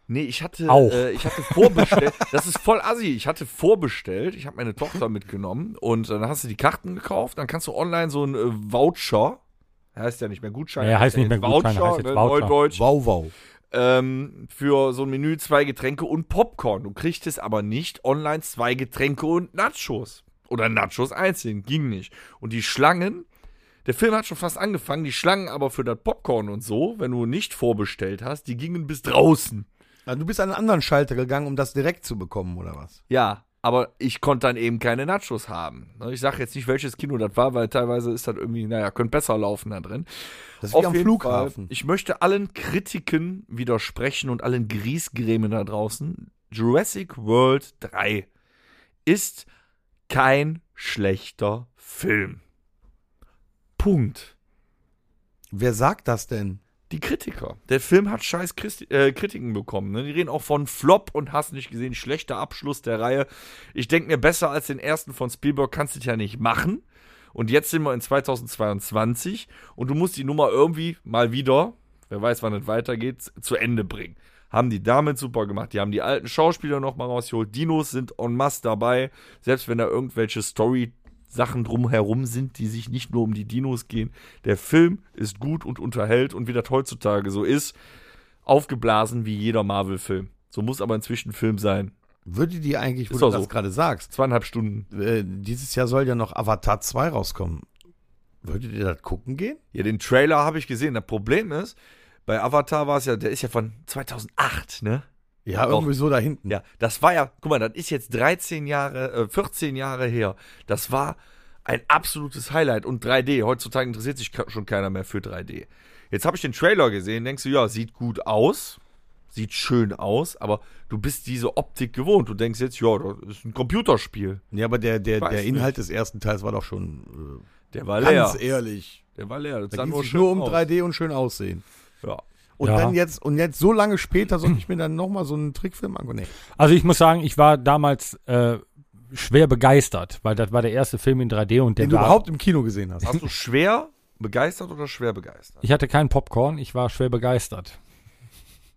Speaker 4: Nee, ich hatte,
Speaker 2: Auch.
Speaker 4: äh, ich hatte vorbestellt. [LAUGHS] das ist voll assi. Ich hatte vorbestellt. Ich habe meine Tochter mitgenommen und äh, dann hast du die Karten gekauft. Dann kannst du online so einen äh, Voucher. Heißt ja nicht mehr Gutschein.
Speaker 2: Ja, heißt
Speaker 4: ja
Speaker 2: nicht mehr
Speaker 4: jetzt
Speaker 2: Gutschein,
Speaker 4: Voucher,
Speaker 2: heißt jetzt
Speaker 4: ne,
Speaker 2: Voucher.
Speaker 4: Neudeutsch.
Speaker 3: Wow, wow.
Speaker 4: Ähm, für so ein Menü zwei Getränke und Popcorn. Du kriegst es aber nicht online zwei Getränke und Nachos. Oder Nachos einzeln. Ging nicht. Und die Schlangen. Der Film hat schon fast angefangen. Die Schlangen aber für das Popcorn und so, wenn du nicht vorbestellt hast, die gingen bis draußen.
Speaker 3: Also, du bist an einen anderen Schalter gegangen, um das direkt zu bekommen, oder was?
Speaker 4: Ja, aber ich konnte dann eben keine Nachos haben. Ne, Ich sage jetzt nicht, welches Kino das war, weil teilweise ist das irgendwie, naja, könnte besser laufen da drin.
Speaker 3: Das ist
Speaker 4: Auf
Speaker 3: wie am
Speaker 4: jeden
Speaker 3: Flughafen.
Speaker 4: Fall, ich möchte allen Kritiken widersprechen und allen Griesgrämen da draußen. Jurassic World 3 ist kein schlechter Film. Punkt
Speaker 3: Wer sagt das denn?
Speaker 4: die Kritiker. Der Film hat scheiß Christi äh, Kritiken bekommen. Ne? Die reden auch von Flop und hast nicht gesehen, schlechter Abschluss der Reihe. Ich denke mir, besser als den ersten von Spielberg kannst du es ja nicht machen. Und jetzt sind wir in 2022 und du musst die Nummer irgendwie mal wieder, wer weiß, wann es weitergeht, zu Ende bringen. Haben die damit super gemacht. Die haben die alten Schauspieler nochmal rausgeholt. Dinos sind en masse dabei. Selbst wenn da irgendwelche Story-Sachen drumherum sind, die sich nicht nur um die Dinos gehen. Der Film ist gut und unterhält und wie das heutzutage so ist, aufgeblasen wie jeder Marvel-Film. So muss aber inzwischen Film sein.
Speaker 3: Würde die eigentlich, wo
Speaker 4: Ist
Speaker 3: du
Speaker 4: doch
Speaker 3: das
Speaker 4: so.
Speaker 3: gerade sagst,
Speaker 4: Zweieinhalb Stunden.
Speaker 3: äh, dieses Jahr soll ja noch Avatar 2 rauskommen. Würdet ihr das gucken gehen?
Speaker 4: Ja, den Trailer habe ich gesehen. Das Problem ist, bei Avatar war es ja, der ist ja von 2008, ne?
Speaker 3: Ja, irgendwie so da hinten.
Speaker 4: Ja, das war ja, guck mal, das ist jetzt 13 Jahre, äh, 14 Jahre her. Das war ein absolutes Highlight. Und 3D, heutzutage interessiert sich ka- schon keiner mehr für 3D. Jetzt habe ich den Trailer gesehen, denkst du, ja, sieht gut aus, sieht schön aus, aber du bist diese Optik gewohnt. Du denkst jetzt, ja, das ist ein Computerspiel.
Speaker 3: Ja, aber der, der,
Speaker 4: Weiß
Speaker 3: der
Speaker 4: nicht.
Speaker 3: Inhalt des ersten Teils war doch schon
Speaker 4: Der war
Speaker 3: äh, ganz
Speaker 4: leer.
Speaker 3: ehrlich.
Speaker 4: Der war leer. Das
Speaker 3: Da
Speaker 4: sah
Speaker 3: ging es
Speaker 4: schön
Speaker 3: nur um
Speaker 4: aus.
Speaker 3: 3D und schön aussehen.
Speaker 4: Ja.
Speaker 3: Und
Speaker 2: Ja.
Speaker 3: dann jetzt, und jetzt so lange später soll ich mir dann nochmal so einen Trickfilm angucken. Nee.
Speaker 2: Also ich muss sagen, ich war damals äh, schwer begeistert, weil das war der erste Film in 3D und der
Speaker 3: Den du
Speaker 2: war,
Speaker 3: überhaupt im Kino gesehen hast.
Speaker 4: Hast du schwer begeistert oder schwer begeistert?
Speaker 2: Ich hatte keinen Popcorn, ich war schwer begeistert.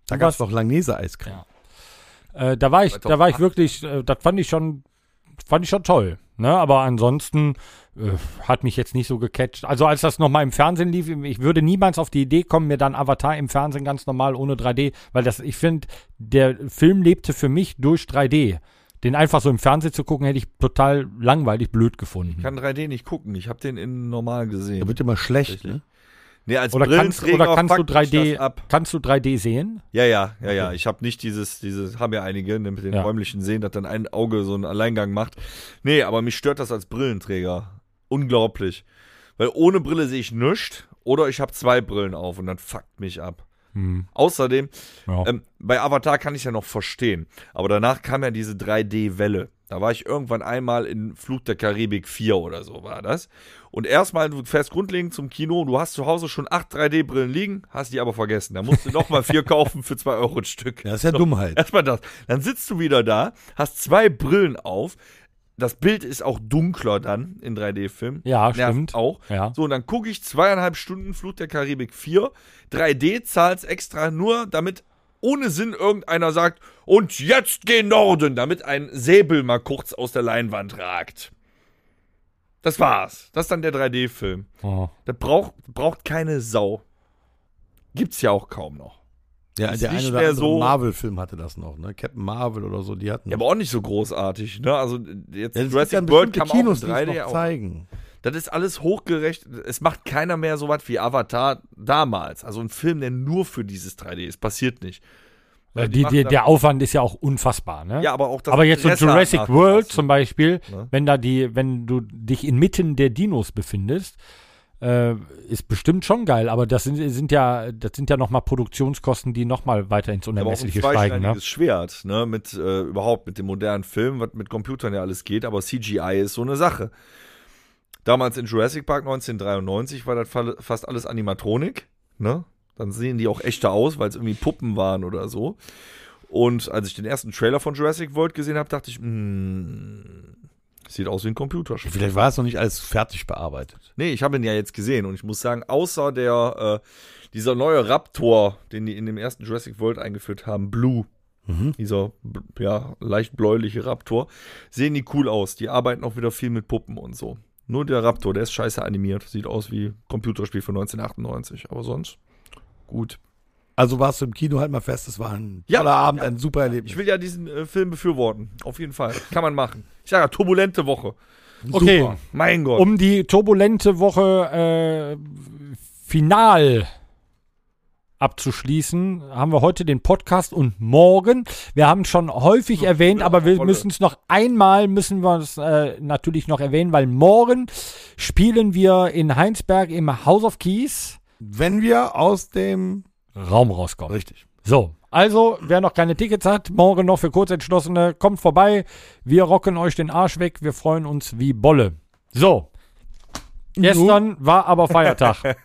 Speaker 3: Da
Speaker 2: du
Speaker 3: gab es
Speaker 2: warst-
Speaker 3: doch Langnese-Eiscreme.
Speaker 2: Ja. Äh, da war ich, da war ich wirklich, äh, das fand ich schon, fand ich schon toll. Ne? Aber ansonsten äh, hat mich jetzt nicht so gecatcht. Also als das nochmal im Fernsehen lief, ich würde niemals auf die Idee kommen, mir dann Avatar im Fernsehen ganz normal ohne 3D, weil das, ich finde, der Film lebte für mich durch 3D. Den einfach so im Fernsehen zu gucken, hätte ich total langweilig blöd gefunden.
Speaker 4: Ich kann 3D nicht gucken. Ich habe den in normal gesehen.
Speaker 3: Da wird immer schlecht, ne?
Speaker 4: Nee, als
Speaker 2: Oder kannst, oder
Speaker 4: Brillenträger
Speaker 2: kannst du
Speaker 4: fuckt mich
Speaker 2: 3D,
Speaker 4: das ab.
Speaker 2: kannst du 3D sehen?
Speaker 4: Ja, ja, ja, ja. Ich habe nicht dieses, dieses, haben ja einige ne, mit den
Speaker 2: Ja.
Speaker 4: räumlichen Sehen, dass dann ein Auge so einen Alleingang macht. Nee, aber mich stört das als Brillenträger. Unglaublich. Weil ohne Brille sehe ich nichts oder ich habe zwei Brillen auf und dann fuckt mich ab.
Speaker 2: Hm.
Speaker 4: Außerdem,
Speaker 2: Ja.
Speaker 3: Genau.
Speaker 4: ähm, bei Avatar kann ich ja noch verstehen, aber danach kam ja diese 3D-Welle. Da war ich irgendwann einmal in Flug der Karibik 4 oder so war das. Und erstmal, du fährst grundlegend zum Kino, du hast zu Hause schon acht 3D-Brillen liegen, hast die aber vergessen. Da musst du nochmal vier [LAUGHS] kaufen für zwei Euro ein Stück.
Speaker 3: Ja, das ist ja Dummheit.
Speaker 4: [LAUGHS] Erstmal das. Dann sitzt du wieder da, hast zwei Brillen auf. Das Bild ist auch dunkler dann in 3D-Filmen.
Speaker 2: Ja,
Speaker 4: Nervt
Speaker 2: stimmt.
Speaker 4: auch.
Speaker 2: Ja.
Speaker 4: So, und dann gucke ich zweieinhalb Stunden Flut der Karibik 4. 3D zahlst extra nur, damit ohne Sinn irgendeiner sagt, und jetzt geh Norden, damit ein Säbel mal kurz aus der Leinwand ragt. Das war's. Das ist dann der 3D-Film.
Speaker 2: Oh.
Speaker 4: Das braucht, braucht keine Sau. Gibt's ja auch kaum noch.
Speaker 3: Ja,
Speaker 4: Ist
Speaker 3: der
Speaker 4: nicht
Speaker 3: eine oder
Speaker 4: mehr
Speaker 3: andere
Speaker 4: so-
Speaker 3: Marvel-Film hatte das noch, ne? Captain Marvel oder so, die hatten.
Speaker 4: Ja, aber auch nicht so großartig, ne? Also jetzt
Speaker 3: Ja, das gibt
Speaker 4: Jurassic
Speaker 3: ja
Speaker 4: World
Speaker 3: bestimmte
Speaker 4: kam Kinos
Speaker 3: Kinos,
Speaker 4: auch
Speaker 3: die
Speaker 4: in
Speaker 3: es
Speaker 4: 3D
Speaker 3: noch
Speaker 4: auch.
Speaker 3: zeigen.
Speaker 4: Das ist alles hochgerecht. Es macht keiner mehr so was wie Avatar damals. Also ein Film, der nur für dieses 3D ist, passiert nicht.
Speaker 2: Äh,
Speaker 4: die
Speaker 2: Die,
Speaker 4: machen
Speaker 2: die,
Speaker 4: dann-
Speaker 2: der Aufwand ist ja auch unfassbar, ne?
Speaker 4: Ja, aber auch das
Speaker 2: Aber jetzt so
Speaker 4: Interesse hat
Speaker 2: Jurassic
Speaker 4: nachgelassen.
Speaker 2: World zum Beispiel,
Speaker 4: Ne?
Speaker 2: wenn da die, wenn du dich inmitten der Dinos befindest, äh, ist bestimmt schon geil. Aber das sind, sind ja, das sind ja noch mal Produktionskosten, die noch mal weiter ins
Speaker 4: Aber auch ein
Speaker 2: Unermessliche steigen. Ne?
Speaker 4: zweischneidiges Schwert, ne? Mit äh, überhaupt mit dem modernen Film, was mit Computern ja alles geht, aber CGI ist so eine Sache. Damals in Jurassic Park 1993 war das fa- fast alles Animatronik, ne? Dann sehen die auch echter aus, weil es irgendwie Puppen waren oder so. Und als ich den ersten Trailer von Jurassic World gesehen habe, dachte ich, mh, sieht aus wie ein Computerspiel.
Speaker 3: Vielleicht war es noch nicht alles fertig bearbeitet.
Speaker 4: Nee, ich habe ihn ja jetzt gesehen und ich muss sagen, außer der äh, dieser neue Raptor, den die in dem ersten Jurassic World eingeführt haben, Blue,
Speaker 3: Mhm.
Speaker 4: dieser b- ja leicht bläuliche Raptor, sehen die cool aus. Die arbeiten auch wieder viel mit Puppen und so. Nur der Raptor, der ist scheiße animiert, sieht aus wie Computerspiel von 1998, aber sonst gut.
Speaker 3: Also warst du im Kino halt mal fest, es war ein
Speaker 4: Ja.
Speaker 3: toller Abend, ein super Erlebnis.
Speaker 4: Ich will ja diesen äh, Film befürworten, auf jeden Fall. Kann man machen. Ich sage ja, turbulente Woche.
Speaker 2: Okay,
Speaker 4: Mein Gott.
Speaker 2: um die turbulente Woche äh, final abzuschließen, haben wir heute den Podcast und morgen. Wir haben schon häufig erwähnt, aber wir
Speaker 4: volle.
Speaker 2: müssen es noch einmal müssen wir es äh, natürlich noch erwähnen, weil morgen spielen wir in Heinsberg im House of Keys
Speaker 3: Wenn wir aus dem.
Speaker 2: Raum rauskommen.
Speaker 3: Richtig.
Speaker 2: So, also, wer noch keine Tickets hat, morgen noch für Kurzentschlossene, kommt vorbei. Wir rocken euch den Arsch weg. Wir freuen uns wie Bolle. So. Gestern war aber Feiertag.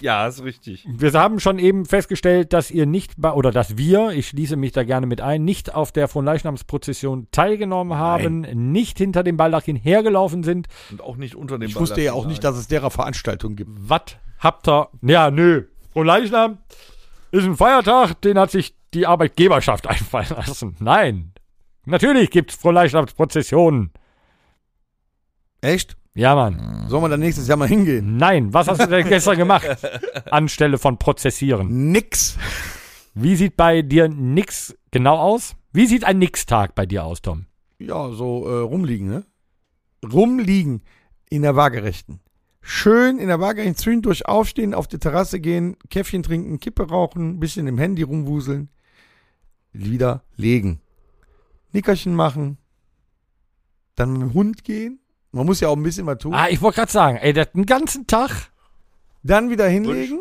Speaker 4: ja, ist richtig.
Speaker 2: Wir haben schon eben festgestellt, dass ihr nicht bei, oder dass wir, ich schließe mich da gerne mit ein, nicht auf der von Leichnamsprozession teilgenommen haben, nicht hinter dem Baldachin hergelaufen sind.
Speaker 4: Und auch nicht unter dem
Speaker 3: Ich wusste ja auch
Speaker 4: Ballast-
Speaker 3: nicht, dass es derer Veranstaltung gibt.
Speaker 2: Was habt ihr? Ja, nö. Von Leichnam ist ein Feiertag, den hat sich die Arbeitgeberschaft [LAUGHS] einfallen lassen. Nein. Natürlich gibt's Frohleichnamsprozessionen.
Speaker 3: Echt?
Speaker 2: Ja, Mann.
Speaker 3: Sollen wir dann nächstes Jahr mal hingehen?
Speaker 2: Nein. Was hast du denn gestern gemacht? Anstelle von Prozessieren.
Speaker 3: Nix.
Speaker 2: Wie sieht bei dir nix genau aus? Wie sieht ein Nix-Tag bei dir aus, Tom?
Speaker 3: Ja, so äh, rumliegen, ne? Rumliegen in der Waagerechten. Schön in der Waagerechten zwischendurch aufstehen, auf die Terrasse gehen, Käffchen trinken, Kippe rauchen, bisschen im Handy rumwuseln. widerlegen. Nickerchen machen, dann mit dem Hund gehen. Man muss ja auch ein bisschen was tun.
Speaker 2: Ah, ich wollte gerade sagen, ey, das den ganzen Tag.
Speaker 3: Dann wieder hinlegen,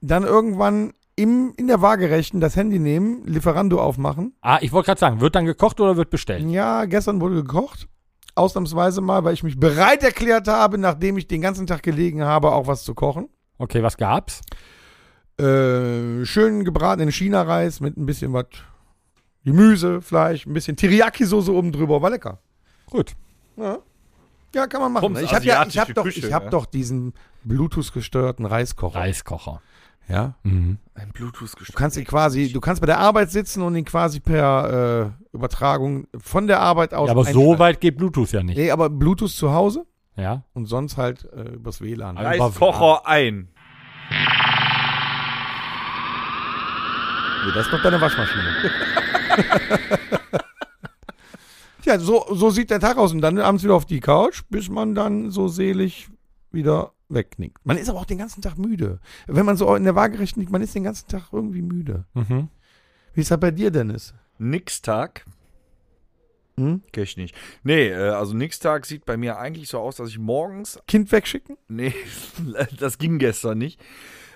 Speaker 3: dann irgendwann im, in der Waagerechten das Handy nehmen, Lieferando aufmachen.
Speaker 2: Ah, ich wollte gerade sagen, wird dann gekocht oder wird bestellt?
Speaker 3: Ja, gestern wurde gekocht. Ausnahmsweise mal, weil ich mich bereit erklärt habe, nachdem ich den ganzen Tag gelegen habe, auch was zu kochen.
Speaker 2: Okay, was gab's?
Speaker 3: Äh, schön gebratenen China-Reis mit ein bisschen was Gemüse, Fleisch, ein bisschen Teriyaki-Soße oben drüber. War lecker.
Speaker 2: Gut.
Speaker 3: Ja, ja kann man machen.
Speaker 4: Kommst
Speaker 3: Ne? Ich habe ja, ich
Speaker 4: asiatische
Speaker 3: hab doch,
Speaker 4: Küche,
Speaker 3: ich hab
Speaker 2: ne?
Speaker 4: ja.
Speaker 3: doch diesen Bluetooth-gesteuerten Reiskocher.
Speaker 2: Reiskocher.
Speaker 3: Ja.
Speaker 2: Mhm.
Speaker 4: Ein Bluetooth
Speaker 3: Du kannst ihn quasi, du kannst bei der Arbeit sitzen und ihn quasi per äh, Übertragung von der Arbeit aus.
Speaker 2: Ja, aber
Speaker 3: einschalten.
Speaker 2: so weit geht Bluetooth ja nicht.
Speaker 3: Nee, aber Bluetooth zu Hause
Speaker 2: Ja.
Speaker 3: und sonst halt äh, übers WLAN.
Speaker 4: Reiskocher ein.
Speaker 3: Nee, das ist doch deine Waschmaschine. ja, so, so sieht der Tag aus. Und dann abends wieder auf die Couch, bis man dann so selig wieder wegnickt. Man ist aber auch den ganzen Tag müde. Wenn man so in der Waagerechten liegt, man ist den ganzen Tag irgendwie müde.
Speaker 2: Mhm.
Speaker 3: Wie ist das bei dir, Dennis?
Speaker 4: Nix-Tag.
Speaker 3: Hm?
Speaker 4: Kenn ich nicht. Nee, äh, also Nix-Tag sieht bei mir eigentlich so aus, dass ich morgens [LAUGHS]
Speaker 3: Kind wegschicken?
Speaker 4: Nee, das ging gestern nicht.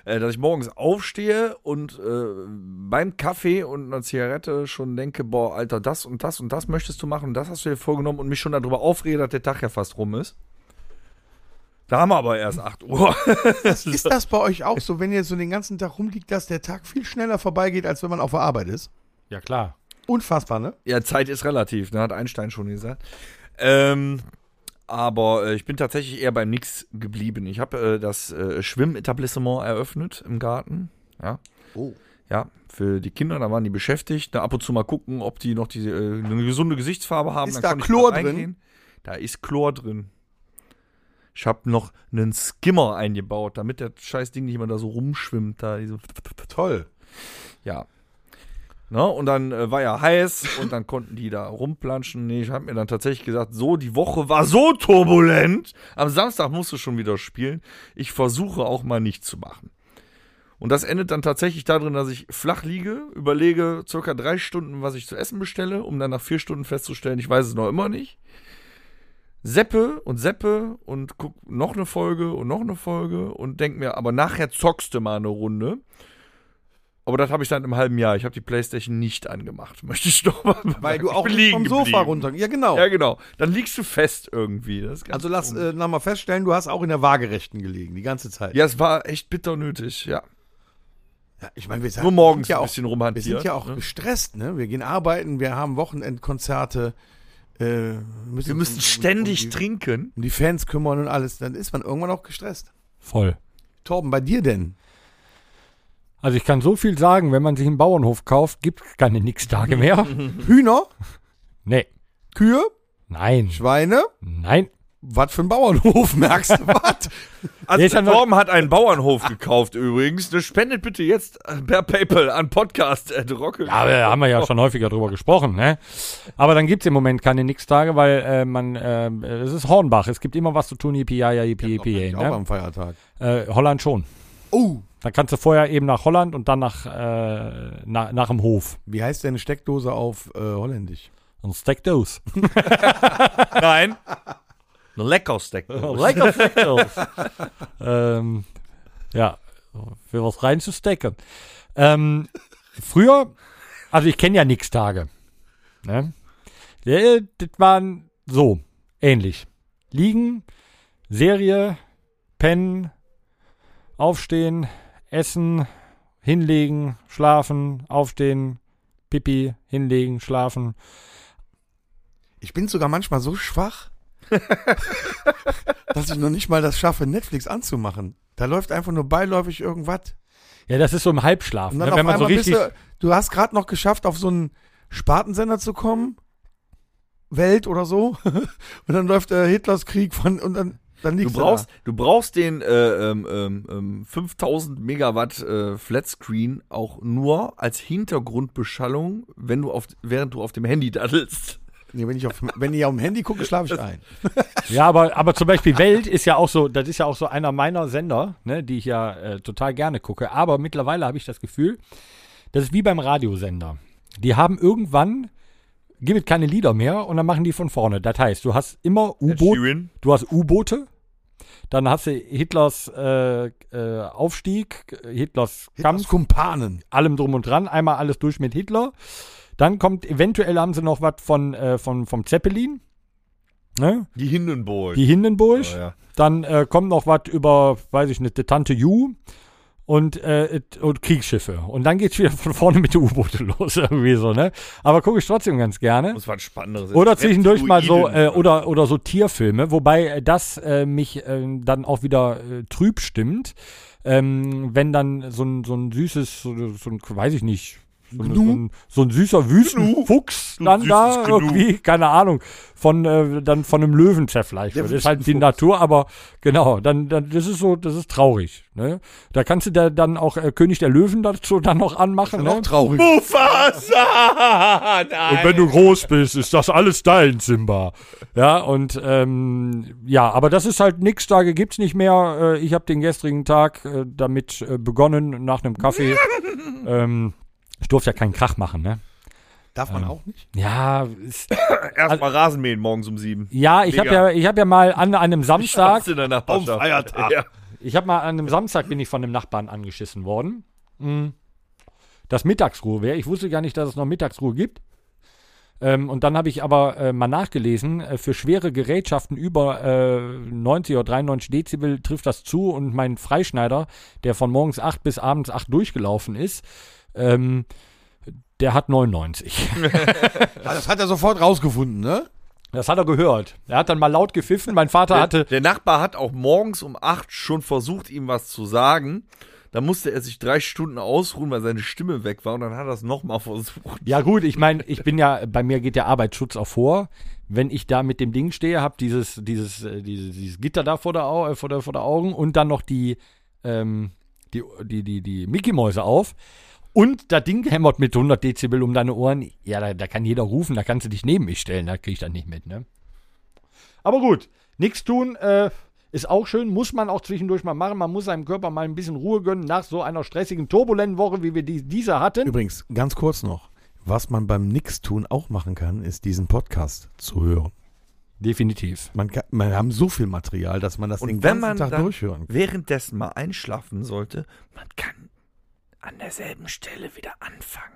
Speaker 4: Äh, Dass ich morgens aufstehe und äh, beim Kaffee und einer Zigarette schon denke, boah, Alter, das und das und das möchtest du machen und das hast du dir vorgenommen und mich schon darüber aufrede, dass der Tag ja fast rum ist. Da haben wir aber erst 8 Uhr.
Speaker 3: Ist das bei euch auch so, wenn ihr so den ganzen Tag rumliegt, dass der Tag viel schneller vorbeigeht, als wenn man auf der Arbeit ist?
Speaker 2: Ja, klar.
Speaker 3: Unfassbar, ne?
Speaker 4: Ja, Zeit ist relativ, ne, hat Einstein schon gesagt. Ähm, aber äh, ich bin tatsächlich eher beim Nix geblieben. Ich habe äh, das äh, Schwimmetablissement eröffnet im Garten. Ja.
Speaker 5: Oh.
Speaker 4: Ja, für die Kinder, da waren die beschäftigt. Da ab und zu mal gucken, ob die noch diese, äh, eine gesunde Gesichtsfarbe haben.
Speaker 3: Ist
Speaker 4: Dann
Speaker 3: da
Speaker 4: konnte ich
Speaker 3: Chlor
Speaker 4: mal reingehen.
Speaker 3: drin?
Speaker 4: Da ist Chlor drin. Ich habe noch einen Skimmer eingebaut, damit der scheiß Ding nicht immer da so rumschwimmt. Da diese
Speaker 3: Toll.
Speaker 4: ja. Ne? Und dann äh, war ja heiß und dann konnten die da rumplanschen. Nee, ich habe mir dann tatsächlich gesagt, so, die Woche war so turbulent. Am Samstag musst du schon wieder spielen. Ich versuche auch mal nichts zu machen. Und das endet dann tatsächlich darin, dass ich flach liege, überlege circa drei Stunden, was ich zu essen bestelle, um dann nach vier Stunden festzustellen, ich weiß es noch immer nicht. Seppe und Seppe und guck noch eine Folge und noch eine Folge und denk mir, aber nachher zockst du mal eine Runde. Aber das habe ich dann im halben Jahr. Ich habe die Playstation nicht angemacht. [LAUGHS] Möchte ich doch mal
Speaker 3: Weil
Speaker 4: bemerken.
Speaker 3: du
Speaker 4: Ich
Speaker 3: auch
Speaker 4: bin
Speaker 3: nicht vom
Speaker 4: liegen
Speaker 3: Sofa
Speaker 4: geblieben.
Speaker 3: runter. Ja, genau.
Speaker 4: Ja, genau. Dann liegst du fest irgendwie. Das ist ganz
Speaker 3: Also lass äh, nochmal feststellen, du hast auch in der Waagerechten gelegen, die ganze Zeit.
Speaker 4: Ja, es war echt bitter nötig, ja.
Speaker 3: Ja, ich meine, wir sagen,
Speaker 4: Nur
Speaker 3: wir
Speaker 4: morgens
Speaker 3: sind ja
Speaker 4: ein
Speaker 3: auch,
Speaker 4: bisschen
Speaker 3: Wir
Speaker 4: rumhantiert.
Speaker 3: sind ja auch gestresst, ne? Wir gehen arbeiten, wir haben Wochenendkonzerte. Äh, müssen
Speaker 4: Wir
Speaker 3: uns
Speaker 4: müssen
Speaker 3: um- um-
Speaker 4: ständig
Speaker 3: um die,
Speaker 4: trinken.
Speaker 3: um die Fans kümmern und alles. Dann ist man irgendwann auch gestresst.
Speaker 2: Voll.
Speaker 3: Torben, bei dir denn?
Speaker 2: Also ich kann so viel sagen, wenn man sich einen Bauernhof kauft, gibt es keine [LAUGHS] Nix-Tage mehr.
Speaker 4: Hm.
Speaker 3: Hühner,
Speaker 2: nee.
Speaker 3: Kühe,
Speaker 2: Nein.
Speaker 3: Schweine?
Speaker 2: Nein.
Speaker 3: Was für ein Bauernhof, [LAUGHS] merkst du was?
Speaker 4: Also
Speaker 2: Jetzt haben wir-
Speaker 4: Torben hat [LAUGHS] einen Bauernhof gekauft übrigens. Ne, Spendet bitte jetzt äh, per PayPal an Podcast at Rockel.
Speaker 2: Ja, aber da haben wir ja schon häufiger drüber gesprochen, ne? Aber dann gibt's im Moment keine Nix-Tage, weil äh, man, äh, es ist Hornbach, es gibt immer was zu tun, yippie, ja, ja, yippie, yippie,
Speaker 3: Auch
Speaker 2: ne?
Speaker 3: am Feiertag.
Speaker 2: äh, Holland schon.
Speaker 3: Oh,
Speaker 2: Dann kannst du vorher eben nach Holland und dann nach, äh, nach, nach dem Hof.
Speaker 3: wie heißt deine Steckdose auf äh, Holländisch?
Speaker 2: Und Stack [LAUGHS] Dose.
Speaker 4: Nein. Eine [LAUGHS] Leckersteck.
Speaker 3: Oh,
Speaker 2: Lecker Stack Dose. [LAUGHS] ähm, ja, für was reinzustecken. Ähm, früher, also ich kenne ja Nix-Tage. Ne? Ja, Das waren so, ähnlich. Liegen, Serie, pennen, aufstehen, essen, hinlegen, schlafen, aufstehen, pipi, hinlegen, schlafen.
Speaker 3: Ich bin sogar manchmal so schwach, [LAUGHS] dass ich noch nicht mal das schaffe, Netflix anzumachen. Da läuft einfach nur beiläufig irgendwas.
Speaker 2: Ja, das ist so im Halbschlaf.
Speaker 3: Und dann
Speaker 2: Ne?
Speaker 3: auf
Speaker 2: Wenn man so
Speaker 3: einmal
Speaker 2: richtig.
Speaker 3: bist du, du hast gerade noch geschafft, auf so einen Spartensender zu kommen, Welt oder so, [LAUGHS] und dann läuft äh, Hitlers Krieg von und dann dann
Speaker 4: Du
Speaker 3: liegst
Speaker 4: brauchst,
Speaker 3: da.
Speaker 4: du brauchst den äh, ähm, ähm, ähm, 5000 Megawatt äh, Flatscreen auch nur als Hintergrundbeschallung, wenn du auf, während du auf dem Handy daddelst.
Speaker 3: Nee, wenn ich auf wenn ich auf dem Handy gucke, schlafe ich ein.
Speaker 2: Ja, aber, aber zum Beispiel Welt ist ja auch so, das ist ja auch so einer meiner Sender, ne, die ich ja äh, total gerne gucke. Aber mittlerweile habe ich das Gefühl, Das ist wie beim Radiosender. Die haben irgendwann, gibt es keine Lieder mehr und dann machen die von vorne. Das heißt, du hast immer U-Boote.
Speaker 4: Sheeran.
Speaker 2: Du hast U-Boote. Dann hast du Hitlers äh, äh, Aufstieg, Hitlers, Kampf,
Speaker 3: Kumpanen.
Speaker 2: allem drum und dran. Einmal alles durch mit Hitler. Dann kommt, eventuell haben sie noch was von, äh, von, vom Zeppelin. Ne?
Speaker 4: Die Hindenburg.
Speaker 2: Die Hindenburg.
Speaker 4: Ja, ja.
Speaker 2: Dann äh, kommt noch was über, weiß ich nicht, die Tante Ju und, äh, et- und Kriegsschiffe. Und dann geht's wieder von vorne mit den U-Boote [LAUGHS] los, irgendwie so, ne? Aber gucke ich trotzdem ganz gerne.
Speaker 4: Muss was Spannenderes.
Speaker 2: Oder zwischendurch mal so, äh,
Speaker 4: Reptiloiden.
Speaker 2: oder, oder so Tierfilme, wobei äh, das äh, mich äh, dann auch wieder äh, trüb stimmt. Ähm, wenn dann so ein, so ein süßes, so, so ein, weiß ich nicht, so, ein- so, ein, so ein süßer Wüstenfuchs
Speaker 4: So ein
Speaker 2: dann da
Speaker 4: süßes Gnu.
Speaker 2: irgendwie, keine Ahnung, von, äh, dann von einem Löwen zerfleischt wird. Das ist halt die
Speaker 4: Wüstenfuchs.
Speaker 2: Natur, aber genau, dann, dann, das ist so, das ist traurig, ne? Da kannst du da dann auch äh, König der Löwen dazu dann noch anmachen, ne?
Speaker 3: traurig.
Speaker 4: Mufasa! Nein!
Speaker 2: Und wenn du groß bist, ist das alles dein, Simba. Ja, und ähm, ja, aber das ist halt nix, da gibt's nicht mehr. Äh, ich habe den gestrigen Tag äh, damit äh, begonnen, nach einem Kaffee. ähm, ich durfte ja keinen Krach machen, ne?
Speaker 3: Darf man auch nicht?
Speaker 2: Ja, ist,
Speaker 4: Erstmal Rasenmähen morgens um sieben.
Speaker 2: ja, ich habe
Speaker 4: Mega.
Speaker 2: ja, ich habe ja mal an einem Samstag,
Speaker 4: Schatz in der Nachbarschaft.
Speaker 3: Auf Feiertag.
Speaker 4: Ja.
Speaker 2: ich habe mal an einem Samstag bin ich von einem Nachbarn angeschissen worden. Mm. Dass Mittagsruhe wäre. Ich wusste gar nicht, dass es noch Mittagsruhe gibt. Ähm, und dann habe ich aber äh, mal nachgelesen, äh, für schwere Gerätschaften über äh, 90 oder 93 Dezibel trifft das zu und mein Freischneider, der von morgens 8 bis abends 8 durchgelaufen ist, ähm, der hat 99.
Speaker 3: Ah, das hat er sofort rausgefunden, ne?
Speaker 2: Das hat er gehört. Er hat dann mal laut gepfiffen. Mein Vater
Speaker 4: Der,
Speaker 2: hatte
Speaker 4: der Nachbar hat auch morgens um acht schon versucht, ihm was zu sagen. Da musste er sich drei Stunden ausruhen, weil seine Stimme weg war. Und dann hat er es nochmal versucht.
Speaker 2: Ja gut, ich meine, ich bin ja, bei mir geht der Arbeitsschutz auch vor. Wenn ich da mit dem Ding stehe, habe dieses, dieses, äh, dieses, dieses Gitter da vor der, Au äh, vor der, vor der Augen und dann noch die, ähm, die, die, die, die Mickey-Mäuse auf. Und das Ding hämmert mit 100 Dezibel um deine Ohren. Ja, da, da kann jeder rufen, da kannst du dich neben mich stellen, da krieg ich dann nicht mit, ne? Aber gut, nichts tun äh, ist auch schön, muss man auch zwischendurch mal machen. Man muss seinem Körper mal ein bisschen Ruhe gönnen nach so einer stressigen, turbulenten Woche, wie wir die, diese hatten.
Speaker 3: Übrigens, ganz kurz noch. Was man beim Nix-Tun auch machen kann, ist diesen Podcast zu hören.
Speaker 2: Definitiv.
Speaker 3: Man, kann, man haben so viel Material, dass man das den ganzen Tag durchhören kann.
Speaker 4: währenddessen mal einschlafen sollte, man kann an derselben Stelle wieder anfangen.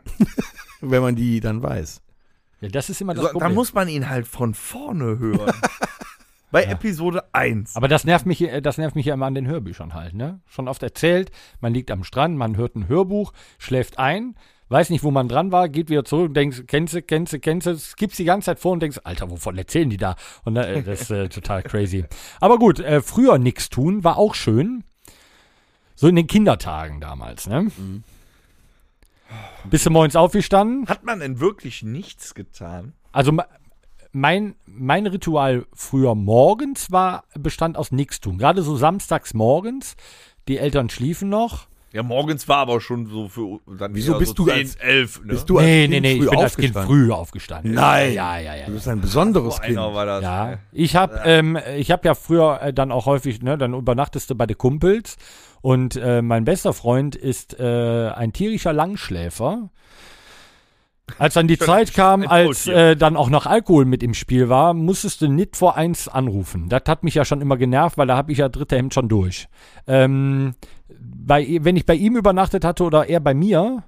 Speaker 3: Wenn man die dann weiß.
Speaker 2: Ja, das ist immer das
Speaker 4: So,
Speaker 2: Problem.
Speaker 4: dann muss man ihn halt von
Speaker 2: [LAUGHS]
Speaker 4: vorne hören. Bei Episode 1.
Speaker 2: aber das nervt mich, äh, das nervt mich ja immer an den Hörbüchern halt, ne? Schon oft erzählt, man liegt am Strand, man hört ein Hörbuch, schläft ein, weiß nicht, wo man dran war, geht wieder zurück und denkst, kennst du, kennst du, kennst du, skippst die ganze Zeit vor und denkst, Alter, wovon erzählen die da? Und
Speaker 4: [LAUGHS]
Speaker 2: äh, das ist äh, total crazy. Aber gut, äh, früher nichts tun war auch schön. So in den Kindertagen damals, ne?
Speaker 4: Mhm.
Speaker 2: Bist du morgens aufgestanden?
Speaker 4: Hat man denn wirklich nichts getan?
Speaker 2: Also me- mein, mein Ritual früher morgens war, bestand aus nichts tun. Gerade so samstags morgens, die Eltern schliefen noch.
Speaker 4: Ja, morgens war aber schon so für dann
Speaker 3: Wieso
Speaker 4: eher
Speaker 3: bist
Speaker 4: so
Speaker 3: du
Speaker 4: 10,
Speaker 3: als-
Speaker 4: 11, ne?
Speaker 3: Bist
Speaker 2: nee,
Speaker 3: du als
Speaker 2: nee,
Speaker 3: Kind
Speaker 2: nee, ich
Speaker 3: früh
Speaker 2: bin als Kind
Speaker 3: aufgestanden?
Speaker 2: früh aufgestanden.
Speaker 3: Nein.
Speaker 2: Ja, ja, ja.
Speaker 3: Du
Speaker 2: ja.
Speaker 3: bist ein besonderes
Speaker 4: so
Speaker 3: Kind.
Speaker 4: einer war das. ne?
Speaker 2: ja. Ich habe ähm, ich hab ja früher äh, dann auch häufig, ne, dann übernachtest du bei den Kumpels. Und äh, mein bester Freund ist äh, ein tierischer Langschläfer. Als dann die Zeit kam,
Speaker 4: ein
Speaker 2: als
Speaker 4: Faultier.
Speaker 2: äh, dann auch noch Alkohol mit im Spiel war, musstest du nicht vor eins anrufen. Das hat mich ja schon immer genervt, weil da habe ich ja dritte Hemd schon durch. Ähm, bei, wenn ich bei ihm übernachtet hatte oder er bei mir,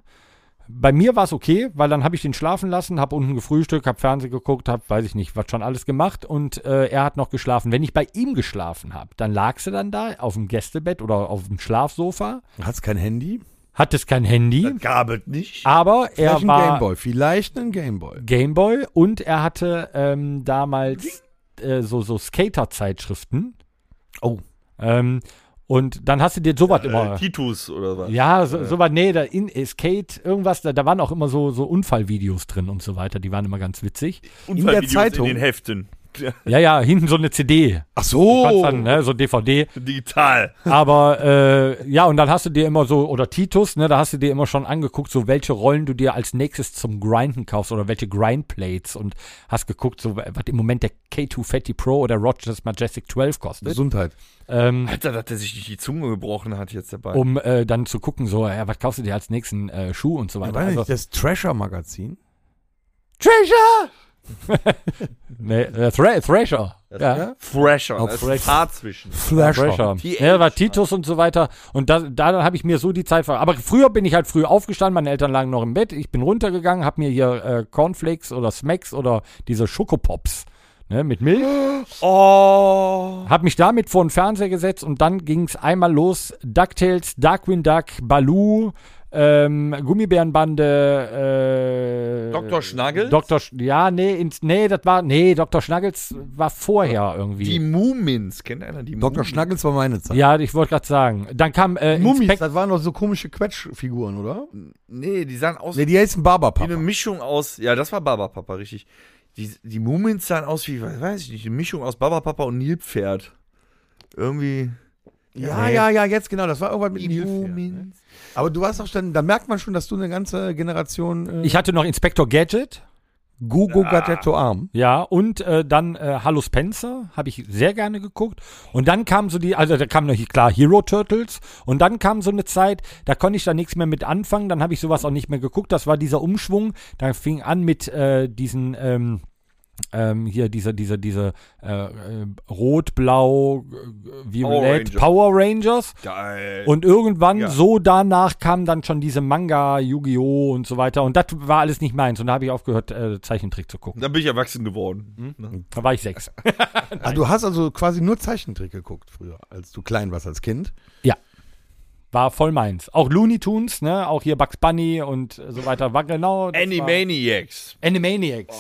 Speaker 2: bei mir war es okay, weil dann habe ich den schlafen lassen, habe unten gefrühstückt, habe Fernsehen geguckt, habe, weiß ich nicht, was schon alles gemacht und äh, er hat noch geschlafen. Wenn ich bei ihm geschlafen habe, dann lagst du dann da auf dem Gästebett oder auf dem Schlafsofa,
Speaker 3: Hast kein Handy?
Speaker 2: hattest kein Handy,
Speaker 4: Gab es nicht. äh,
Speaker 2: aber er
Speaker 3: Vielleicht ein
Speaker 2: war
Speaker 3: Gameboy. Vielleicht ein Gameboy.
Speaker 2: Gameboy und er hatte ähm, damals äh, so, so Skater-Zeitschriften.
Speaker 3: Oh.
Speaker 2: Ähm, und dann hast du dir sowas immer.
Speaker 4: Äh, Titus oder was?
Speaker 2: Ja, so, so war, nee, da in äh, Skate, irgendwas, da, da waren auch immer so, so Unfallvideos drin und so weiter, die waren immer ganz witzig.
Speaker 3: der Zeitung.
Speaker 4: in den Heften.
Speaker 2: Ja, ja, hinten so eine CD.
Speaker 3: Ach
Speaker 4: Oh.
Speaker 2: Kannst
Speaker 3: so.
Speaker 2: Dann, ne, so DVD.
Speaker 4: Digital.
Speaker 2: Aber äh, ja, und dann hast du dir immer so, oder Titus, ne, da hast du dir immer schon angeguckt, so welche Rollen du dir als nächstes zum Grinden kaufst oder welche Grindplates und hast geguckt, so was im Moment der K2 Fatty Pro oder Rogers Majestic 12 kostet.
Speaker 3: Gesundheit.
Speaker 2: ähm,
Speaker 4: Alter, dass der sich nicht die Zunge gebrochen hat jetzt dabei.
Speaker 2: um äh, dann zu gucken, so, ja, was kaufst du dir als nächsten äh, Schuh und so weiter. Also,
Speaker 3: das Treasure-Magazin?
Speaker 2: Treasure! [LAUGHS] nee, äh, Thra Thrasher. Ja.
Speaker 4: Thrasher.
Speaker 2: Auf
Speaker 4: da ist
Speaker 2: Thrasher.
Speaker 4: ein Haar zwischen.
Speaker 2: Thrasher. Ja, war Titus und so weiter. Und da, da habe ich mir so die Zeit ver. Aber früher bin ich halt früh aufgestanden, meine Eltern lagen noch im Bett. Ich bin runtergegangen, habe mir hier äh, Cornflakes oder Smacks oder diese Schokopops ne, mit Milch.
Speaker 4: Oh.
Speaker 2: Hab mich damit vor den Fernseher gesetzt und dann ging es einmal los. DuckTales, Darkwing Duck, Baloo, ähm, Gummibärenbande, äh,
Speaker 4: Dr. Schnaggel?
Speaker 2: Dr. Sch ja, nee, ins, nee, das war, nee, Dr. Schnaggels war vorher irgendwie.
Speaker 4: die Moomins. Kennt einer die
Speaker 3: Dr. Schnaggels war meine Zeit.
Speaker 2: ja, ich wollte gerade sagen. Dann kam äh,
Speaker 3: Mummis,
Speaker 2: Inspekt
Speaker 3: das waren doch so komische Quetschfiguren, oder?
Speaker 4: Nee, die sahen aus
Speaker 3: Ne, die heißen
Speaker 4: wie
Speaker 3: Barberpapa.
Speaker 4: eine Mischung aus. Ja, das war Baba Papa, richtig. Die, die Moomins sahen aus wie, was weiß ich nicht, eine Mischung aus Baba Papa und Nilpferd. Irgendwie.
Speaker 3: Ja, ja, ja, jetzt genau. Das war irgendwas mit
Speaker 4: Die
Speaker 3: Nilpferd. ne?
Speaker 4: Moomins.
Speaker 3: Aber du hast auch schon, da merkt man schon, dass du eine ganze Generation äh,
Speaker 2: Ich Ah. hatte noch Inspector Gadget,
Speaker 3: Gugu Gattetto Arm.
Speaker 2: ja, und äh, dann äh, Hallo Spencer, habe ich sehr gerne geguckt. Und dann kamen so die, also da kamen noch klar Hero Turtles. Und dann kam so eine Zeit, da konnte ich da nichts mehr mit anfangen. Dann habe ich sowas auch nicht mehr geguckt. Das war dieser Umschwung. Da fing an mit äh, diesen ähm, ähm, hier diese diese diese äh, äh, rot blau äh, violett
Speaker 4: Ranger.
Speaker 2: Power Rangers
Speaker 4: Geil.
Speaker 2: Und irgendwann
Speaker 4: Ja.
Speaker 2: so danach kam dann schon diese Manga, Yu-Gi-Oh! und so weiter. Und das war alles nicht meins. Und da habe ich aufgehört, äh, Zeichentrick zu gucken.
Speaker 4: Dann bin ich erwachsen geworden.
Speaker 2: Da war ich
Speaker 3: [LAUGHS]
Speaker 2: sechs.
Speaker 3: Ah, du hast also quasi nur Zeichentrick geguckt früher, als du klein warst, als Kind.
Speaker 2: War voll meins. Auch Looney Tunes, ne? Auch hier Bugs Bunny und äh, so weiter. War genau. das war-
Speaker 4: Animaniacs.
Speaker 2: Animaniacs.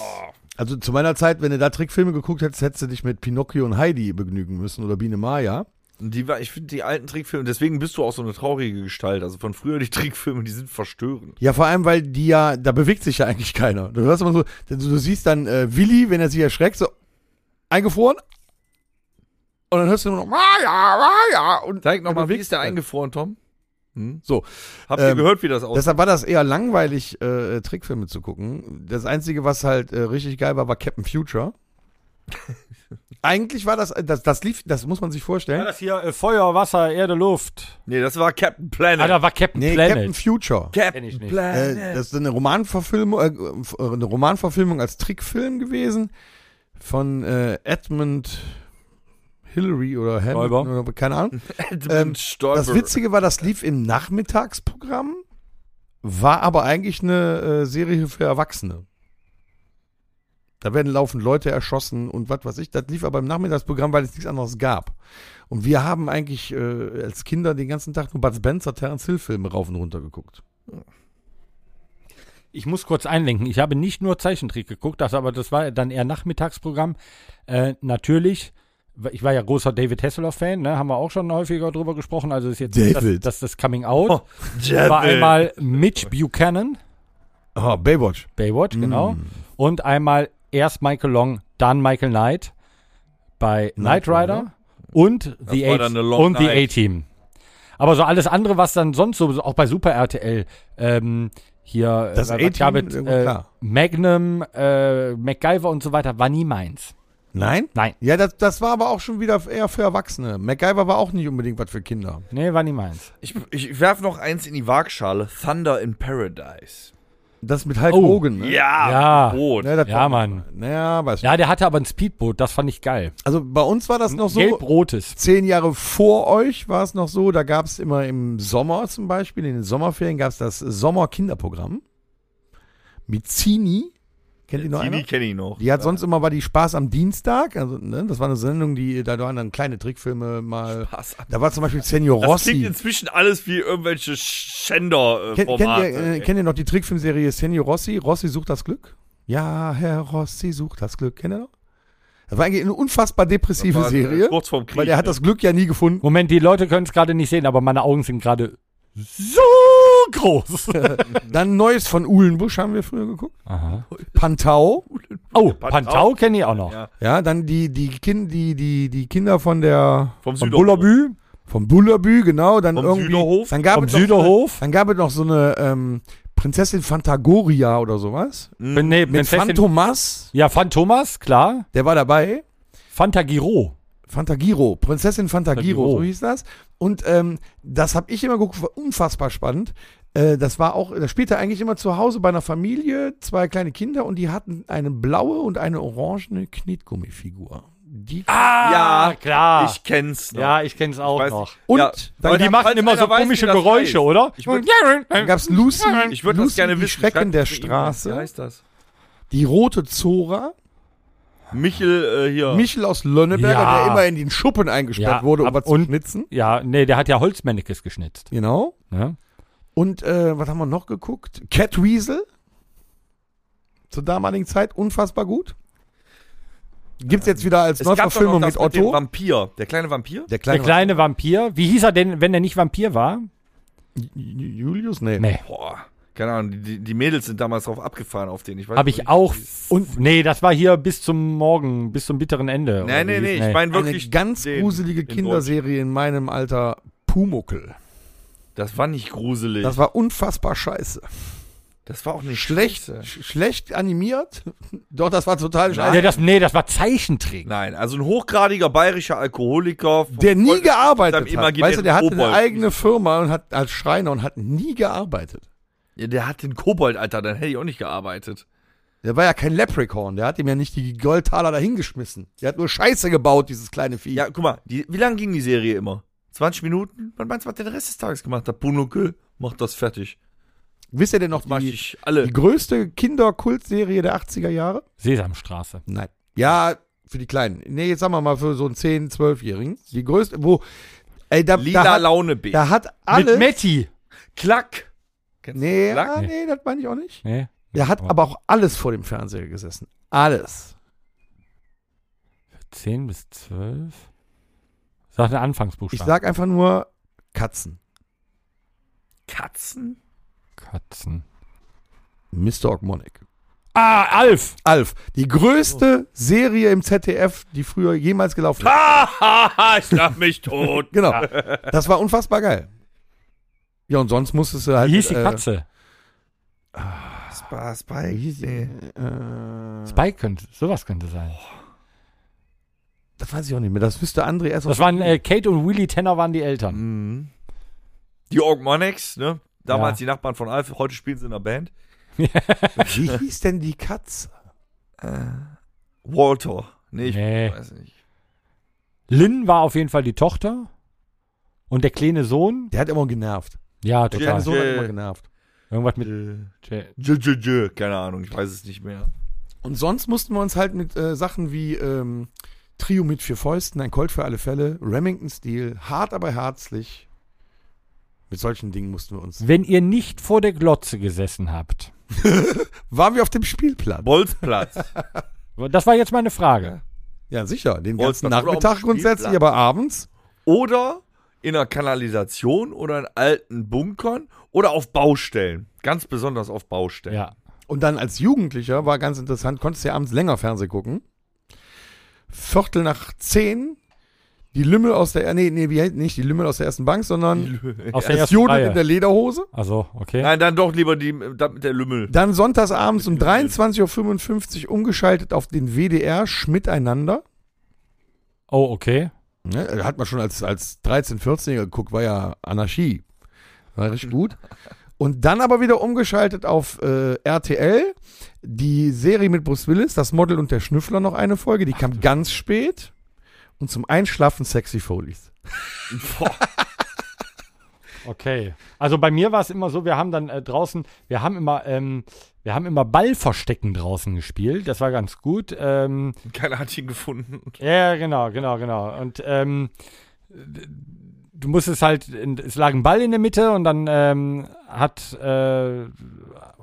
Speaker 3: Also zu meiner Zeit, wenn du da Trickfilme geguckt hättest, hättest du dich mit Pinocchio und Heidi begnügen müssen oder Biene Maya.
Speaker 4: Und Die war, ich finde die alten Trickfilme, deswegen bist du auch so eine traurige Gestalt. Also von früher die [LAUGHS] Trickfilme, die sind verstörend.
Speaker 3: Ja, vor allem, weil die ja, da bewegt sich ja eigentlich keiner. Du hörst immer so, du, du siehst dann äh, Willi, wenn er sich erschreckt, so eingefroren. Und dann hörst du nur noch Maya, Maya. Und
Speaker 4: Zeig nochmal, wie
Speaker 3: bewegt
Speaker 4: ist der
Speaker 3: sich
Speaker 4: eingefroren, Tom? Hm?
Speaker 3: So.
Speaker 4: Habt ihr
Speaker 3: Ähm,
Speaker 4: gehört, wie das aussieht?
Speaker 3: Deshalb war das eher langweilig, äh, Trickfilme zu gucken. Das Einzige, was halt äh, richtig geil war, war
Speaker 2: [LAUGHS]
Speaker 3: Captain Future. Eigentlich war das, das, das lief, das muss man sich
Speaker 2: War
Speaker 3: vorstellen.
Speaker 2: das hier äh, Feuer, Wasser, Erde, Luft?
Speaker 4: Nee, das war Captain Planet.
Speaker 2: Ah, da war Captain
Speaker 3: Nee,
Speaker 2: Planet.
Speaker 3: Captain Future.
Speaker 2: Kenn ich
Speaker 4: Captain
Speaker 2: nicht.
Speaker 3: Äh,
Speaker 4: Planet.
Speaker 3: das ist eine Romanverfilmung, äh, f- äh, eine Romanverfilmung als Trickfilm gewesen von äh, Edmund Hillary oder Hamilton
Speaker 2: Stoiber.
Speaker 3: oder keine Ahnung. ähm,
Speaker 4: [LAUGHS] Edmund Stoiber.
Speaker 3: Das Witzige war, das lief im Nachmittagsprogramm, war aber eigentlich eine äh, Serie für Erwachsene. Da werden laufend Leute erschossen und was weiß ich. Das lief aber im Nachmittagsprogramm, weil es nichts anderes gab. Und wir haben eigentlich äh, als Kinder den ganzen Tag nur Bud Spencer, Terence Hill Filme rauf und runter geguckt.
Speaker 2: Ich muss kurz einlenken. Ich habe nicht nur Zeichentrick geguckt, das aber das war dann eher Nachmittagsprogramm. Äh, natürlich, ich war ja großer David Hasselhoff-Fan, ne, haben wir auch schon häufiger drüber gesprochen. Also ist jetzt nicht
Speaker 3: David.
Speaker 2: Das, das, das Coming Out. war einmal Mitch Buchanan,
Speaker 3: Ah, Baywatch.
Speaker 2: Baywatch, genau.
Speaker 3: Mm.
Speaker 2: Und einmal erst Michael Long, dann Michael Knight bei Knight Rider und The
Speaker 4: war
Speaker 2: A-
Speaker 4: dann eine Long
Speaker 2: und The
Speaker 4: Night.
Speaker 2: A-Team. Aber so alles andere, was dann sonst so, so auch bei Super RTL, ähm, hier,
Speaker 3: Das
Speaker 2: äh, was
Speaker 3: A-Team,
Speaker 2: gab es,
Speaker 3: ja, gut,
Speaker 2: äh,
Speaker 3: klar.
Speaker 2: Magnum, äh, MacGyver und so weiter, war nie meins.
Speaker 3: Nein?
Speaker 2: Nein.
Speaker 3: Ja, das, das war aber auch schon wieder eher für Erwachsene. MacGyver war auch nicht unbedingt was für Kinder.
Speaker 2: Nee, war nie meins.
Speaker 4: Ich, ich werf noch eins in die Waagschale. Thunder in Paradise.
Speaker 3: Das mit Hulk
Speaker 2: Oh,
Speaker 3: Hogan. Ne?
Speaker 2: Ja.
Speaker 4: Rot.
Speaker 3: Ja, Ne, das
Speaker 2: Ja,
Speaker 3: war-
Speaker 2: Mann.
Speaker 3: Naja, weiß
Speaker 2: Ja, der hatte aber ein Speedboot, das fand ich geil.
Speaker 3: Also bei uns war das noch so.
Speaker 2: Gelb-rotes.
Speaker 3: Zehn Jahre vor euch war es noch so, da gab es immer im Sommer zum Beispiel, in den Sommerferien gab es das Sommerkinderprogramm mit Zini. Kennt ihr noch
Speaker 4: Die,
Speaker 3: einer?
Speaker 4: die kenne ich noch.
Speaker 3: Die hat sonst immer, war die Spaß am Dienstag. Also, ne, das war eine Sendung, die, da waren dann kleine Trickfilme mal.
Speaker 4: Spaß am-
Speaker 3: Da war zum Beispiel Senior
Speaker 4: das klingt
Speaker 3: Rossi.
Speaker 4: inzwischen alles wie irgendwelche
Speaker 3: Ken, kennt,
Speaker 4: Schänder-Formate.
Speaker 3: ihr, äh, kennt ihr noch die Trickfilmserie Senior Rossi? Rossi sucht das Glück? Ja, Herr Rossi sucht das Glück. Kennt ihr noch? Das war eigentlich eine unfassbar depressive Serie,
Speaker 4: Kurz vorm Krieg.
Speaker 3: weil der hat das Glück ja
Speaker 2: [LAUGHS]
Speaker 3: nie gefunden.
Speaker 2: Moment, die Leute können es gerade nicht sehen, aber meine Augen sind gerade so groß.
Speaker 3: Dann Neues von Uhlenbusch haben wir früher geguckt.
Speaker 2: Aha.
Speaker 3: Pantau.
Speaker 2: Oh,
Speaker 4: Pantau.
Speaker 2: Pantau kenne ich auch noch.
Speaker 4: Ja.
Speaker 3: Ja, dann die, die, kind, die, die, die Kinder von der
Speaker 4: Vom
Speaker 2: Von
Speaker 4: Süder.
Speaker 2: Bullerbü,
Speaker 3: vom Bullerbü, genau, dann
Speaker 4: Vom
Speaker 3: irgendwie.
Speaker 4: Süderhof.
Speaker 3: Dann gab
Speaker 2: vom
Speaker 3: es noch,
Speaker 2: Süderhof.
Speaker 3: dann gab es noch so eine ähm, Prinzessin Fantagoria oder sowas.
Speaker 2: Bin- Nee,
Speaker 3: Mit
Speaker 2: Prinzessin-
Speaker 3: Phantomas,
Speaker 2: Ja, Phantomas, klar.
Speaker 3: der war dabei.
Speaker 2: Fantagiro.
Speaker 3: Fantagiro, Prinzessin Fantagiro,
Speaker 2: Fantagiro.
Speaker 3: so hieß das. Und ähm, das habe ich immer geguckt, war unfassbar spannend. Äh, das war auch, das spielte eigentlich immer zu Hause bei einer Familie, zwei kleine Kinder und die hatten eine blaue und eine orangene Knetgummifigur. Die
Speaker 4: Ah,
Speaker 3: Ah,
Speaker 4: Ja,
Speaker 2: klar.
Speaker 4: Ich kenn's noch.
Speaker 2: ja, ich kenne es auch
Speaker 4: weiß
Speaker 2: noch.
Speaker 3: und
Speaker 4: Ja,
Speaker 3: dann
Speaker 4: aber
Speaker 2: Die
Speaker 4: Ja,
Speaker 2: machen
Speaker 4: falls
Speaker 2: immer so
Speaker 4: einer weiß,
Speaker 2: komische
Speaker 4: wie das
Speaker 2: Geräusche,
Speaker 4: heißt.
Speaker 2: oder?
Speaker 4: Ich würd-
Speaker 3: dann gab's Lucy,
Speaker 4: äh, Ich würde
Speaker 3: Lucy
Speaker 4: das gerne
Speaker 3: die
Speaker 4: wissen.
Speaker 3: Schrecken
Speaker 4: Schreibt
Speaker 3: der
Speaker 4: es mir eben. Wie
Speaker 3: Straße,
Speaker 4: heißt das?
Speaker 3: die rote Zora,
Speaker 4: Michel äh, hier.
Speaker 3: Michel aus Lönneberger,
Speaker 2: Ja.
Speaker 3: der immer in den Schuppen
Speaker 2: Ja,
Speaker 3: eingesperrt wurde, um
Speaker 2: ab-
Speaker 3: was zu
Speaker 2: und-
Speaker 3: schnitzen.
Speaker 2: Ja, nee, der hat ja Holzmännekes geschnitzt.
Speaker 3: Genau.
Speaker 2: Ne?
Speaker 3: Und äh, was haben wir noch geguckt? Catweasel. Zur damaligen Zeit unfassbar gut. Gibt's jetzt wieder als Neuverfilmung mit
Speaker 4: dem
Speaker 3: Otto.
Speaker 4: Vampir. Der kleine Vampir?
Speaker 3: der
Speaker 2: Der kleine Vampir. Wie hieß er denn, wenn er nicht Vampir war?
Speaker 3: Julius? Nee.
Speaker 2: Nee.
Speaker 4: Boah. Keine Ahnung, die, die Mädels sind damals drauf abgefahren auf den. Ich weiß
Speaker 2: Habe
Speaker 4: nicht,
Speaker 2: ich
Speaker 4: wie-
Speaker 2: auch. Und nee, das war hier bis zum Morgen, bis zum bitteren Ende.
Speaker 4: Nee,
Speaker 2: Nein,
Speaker 4: nee,
Speaker 2: nein,
Speaker 4: nee, ich meine
Speaker 3: Eine
Speaker 4: wirklich.
Speaker 3: ganz
Speaker 4: den-
Speaker 3: gruselige
Speaker 4: den
Speaker 3: Kinderserie in meinem Alter. Pumuckel.
Speaker 4: Deutschen. Das war nicht gruselig.
Speaker 3: Das war unfassbar scheiße.
Speaker 4: Das war auch nicht
Speaker 3: Schlecht,
Speaker 4: scheiße.
Speaker 3: sch- schlecht animiert. [LAUGHS] Doch, das war total scheiße.
Speaker 2: Nee, das, nee, das war Zeichentrick.
Speaker 4: Nein, also ein hochgradiger bayerischer Alkoholiker. vom
Speaker 3: Der nie
Speaker 4: Freund-
Speaker 3: gearbeitet
Speaker 4: seinem
Speaker 3: hat. Weißt du,
Speaker 4: imaginären
Speaker 3: der hatte eine
Speaker 4: Kobold.
Speaker 3: eigene Firma und hat als Schreiner und hat nie gearbeitet.
Speaker 4: Ja, der hat den Kobold, Alter, dann hätte ich auch nicht gearbeitet.
Speaker 3: Der war ja kein Leprechaun, der hat ihm ja nicht die Goldtaler dahingeschmissen. Der hat nur Scheiße gebaut, dieses kleine Vieh.
Speaker 4: Ja, guck mal, die, wie lange ging die Serie immer? 20 Minuten? Was meinst du, was der den Rest des Tages gemacht hat? Punukel, macht das fertig.
Speaker 3: Wisst ihr denn noch
Speaker 4: Mach
Speaker 3: die,
Speaker 4: ich äh, alle.
Speaker 3: die größte Kinderkultserie der 80er Jahre?
Speaker 2: Sesamstraße.
Speaker 3: Nein. Ja, für die Kleinen. Nee, jetzt sagen wir mal für so einen 10-, 12-Jährigen. Die größte, wo. Ey, da,
Speaker 4: Lila
Speaker 3: da, hat,
Speaker 4: Launebee.
Speaker 3: da hat alle.
Speaker 2: Mit Matti.
Speaker 4: Klack.
Speaker 3: nee,
Speaker 4: Lack?
Speaker 3: ah, nee, das meine ich auch nicht.
Speaker 2: Nee.
Speaker 3: Der hat aber auch alles vor dem Fernseher gesessen. Alles.
Speaker 2: 10 bis 12. Sag der Anfangsbuchstabe.
Speaker 3: Ich sag einfach nur Katzen.
Speaker 4: Katzen?
Speaker 2: Katzen.
Speaker 3: Mr. Ogmonic.
Speaker 2: Ah, Alf!
Speaker 3: Alf, die größte Serie im ZDF, die früher jemals gelaufen ist.
Speaker 4: Hahaha, ich lach mich tot.
Speaker 3: Genau. [LAUGHS] Das war unfassbar geil. Ja, und sonst musstest du halt.
Speaker 2: Wie hieß die
Speaker 3: äh,
Speaker 2: Katze?
Speaker 4: Spaß bei. Nee.
Speaker 3: Äh,
Speaker 2: Spike könnte, sowas könnte sein.
Speaker 3: Das weiß ich auch nicht mehr. Das wüsste André erst.
Speaker 2: Das waren äh, Kate und Willy Tanner waren die Eltern.
Speaker 4: Mhm. [LAUGHS] Die Orgmonics, ne? Damals
Speaker 2: Ja.
Speaker 4: die Nachbarn von Alf, heute spielen sie in einer Band.
Speaker 3: Wie hieß denn die Katze?
Speaker 4: Walter. Nee, ich
Speaker 2: Nee.
Speaker 4: weiß nicht.
Speaker 2: Lynn war auf jeden Fall die Tochter. Und der kleine Sohn?
Speaker 3: Der hat immer genervt.
Speaker 2: Ja,
Speaker 3: Der
Speaker 2: total.
Speaker 3: kleine Sohn hat
Speaker 4: Äh.
Speaker 3: immer genervt.
Speaker 2: Irgendwas mit.
Speaker 4: J -j -j. Keine Ahnung, ich weiß es nicht mehr.
Speaker 3: Und sonst mussten wir uns halt mit äh, Sachen wie ähm, Trio mit vier Fäusten, ein Colt für alle Fälle, Remington-Stil, hart aber herzlich. Mit solchen Dingen mussten wir uns.
Speaker 2: Wenn ihr nicht vor der Glotze gesessen habt.
Speaker 3: Waren wir auf dem Spielplatz?
Speaker 4: [LAUGHS] Bolzplatz.
Speaker 2: Das war jetzt meine Frage.
Speaker 3: Ja, sicher. Den
Speaker 4: Wollt's
Speaker 3: ganzen
Speaker 4: mal früher auf dem
Speaker 3: Nachmittag grundsätzlich,
Speaker 4: Spielplatz.
Speaker 3: aber abends.
Speaker 4: oder in einer Kanalisation oder in alten Bunkern oder auf Baustellen. Ganz besonders auf Baustellen.
Speaker 2: Ja.
Speaker 3: Und dann als Jugendlicher war ganz interessant, konntest du ja abends länger Fernsehen gucken. Viertel nach zehn, die Lümmel aus der, nee, nee, wie, nicht die Lümmel aus der ersten Bank, sondern
Speaker 2: Aus der
Speaker 3: das
Speaker 2: ersten
Speaker 3: Jodel in
Speaker 2: Reihe.
Speaker 3: der Lederhose.
Speaker 2: Also, okay.
Speaker 4: Nein, dann doch lieber die das mit der Lümmel.
Speaker 3: Dann sonntagsabends um 23.55 Uhr umgeschaltet auf den WDR Schmiteinander.
Speaker 2: Oh, okay.
Speaker 3: Ne, hat man schon als, als 13, 14-Jähriger geguckt, war ja Anarchie. War richtig gut. Und dann aber wieder umgeschaltet auf äh, RTL, die Serie mit Bruce Willis, das Model und der Schnüffler noch eine Folge, die kam ganz spät. Und zum Einschlafen Sexy Folies.
Speaker 2: Okay. Also bei mir war es immer so, wir haben dann äh, draußen, wir haben immer, ähm, wir haben immer Ballverstecken draußen gespielt. Das war ganz gut. Ähm,
Speaker 4: Keiner hat ihn gefunden.
Speaker 2: ja, genau, genau, genau. Und ähm, du musstest halt, es lag ein Ball in der Mitte und dann ähm, hat, äh,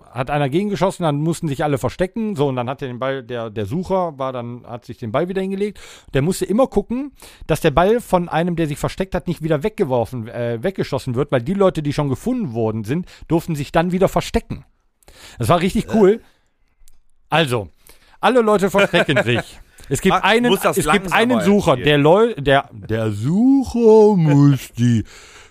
Speaker 2: hat einer gegengeschossen, dann mussten sich alle verstecken. So, und dann hat er den Ball, der, der Sucher war dann, hat sich den Ball wieder hingelegt. Der musste immer gucken, dass der Ball von einem, der sich versteckt hat, nicht wieder weggeworfen, äh, weggeschossen wird, weil die Leute, die schon gefunden worden
Speaker 4: Äh.
Speaker 2: sind, durften sich dann wieder verstecken. Das war richtig cool. Also, Alle Leute
Speaker 4: [LAUGHS]
Speaker 2: verstecken sich. Es gibt
Speaker 4: Ah,
Speaker 2: einen,
Speaker 4: muss das
Speaker 2: es gibt
Speaker 4: langsamer
Speaker 2: einen Sucher,
Speaker 4: erzählen.
Speaker 2: der Leu der der Sucher muss die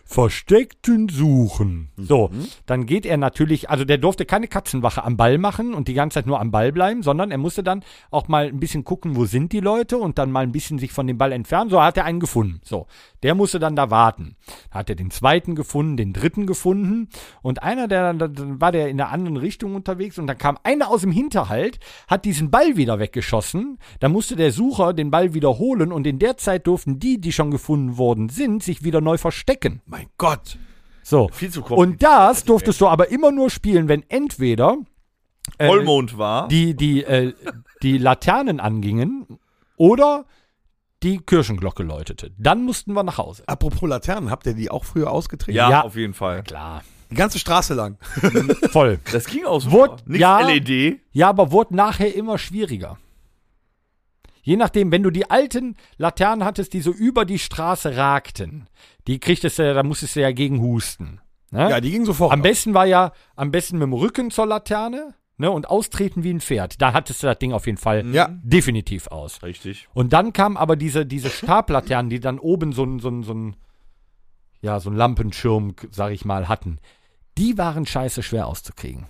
Speaker 2: Versteckten suchen. So, dann geht er natürlich, also der durfte keine Katzenwache am Ball machen und die ganze Zeit nur am Ball bleiben, sondern er musste dann auch mal ein bisschen gucken, wo sind die Leute und dann mal ein bisschen sich von dem Ball entfernen. So hat er einen gefunden. So, der musste dann da warten. Da hat er den zweiten gefunden, den dritten gefunden und einer, der dann- dann war der in der anderen Richtung unterwegs und dann kam einer aus dem Hinterhalt, hat diesen Ball wieder weggeschossen. Da musste der Sucher den Ball wiederholen und in der Zeit durften die, die schon gefunden worden sind, sich wieder neu verstecken.
Speaker 3: Mein Gott.
Speaker 2: So.
Speaker 4: Viel zu kompliziert.
Speaker 2: Und das durftest du aber immer nur spielen, wenn entweder äh,
Speaker 4: Vollmond war.
Speaker 2: die, die, äh, die Laternen angingen oder die Kirchenglocke läutete. Dann mussten wir nach Hause.
Speaker 3: Apropos Laternen, habt ihr die auch früher ausgetrieben?
Speaker 4: ja,
Speaker 2: ja.
Speaker 4: auf jeden Fall.
Speaker 2: Klar.
Speaker 3: Die ganze Straße lang.
Speaker 2: Voll.
Speaker 4: Das ging auch so.
Speaker 2: Wurde-
Speaker 4: Nicht E
Speaker 2: ja.
Speaker 4: LED.
Speaker 2: Ja, aber wurde nachher immer schwieriger. Je nachdem, wenn du die alten Laternen hattest, die so über die Straße ragten, die kriegtest du ja, da musstest du ja gegen husten. Ne?
Speaker 3: Ja, die ging sofort.
Speaker 2: am besten war ja, am besten mit dem Rücken zur Laterne ne, und austreten wie ein Pferd. Da hattest du das Ding auf jeden Fall
Speaker 3: Ja.
Speaker 2: definitiv aus.
Speaker 4: Richtig.
Speaker 2: Und dann kamen aber diese, diese Stablaternen, die dann oben so einen so einen- so einen- ja, so einen Lampenschirm, sag ich mal, hatten. Die waren scheiße schwer auszukriegen.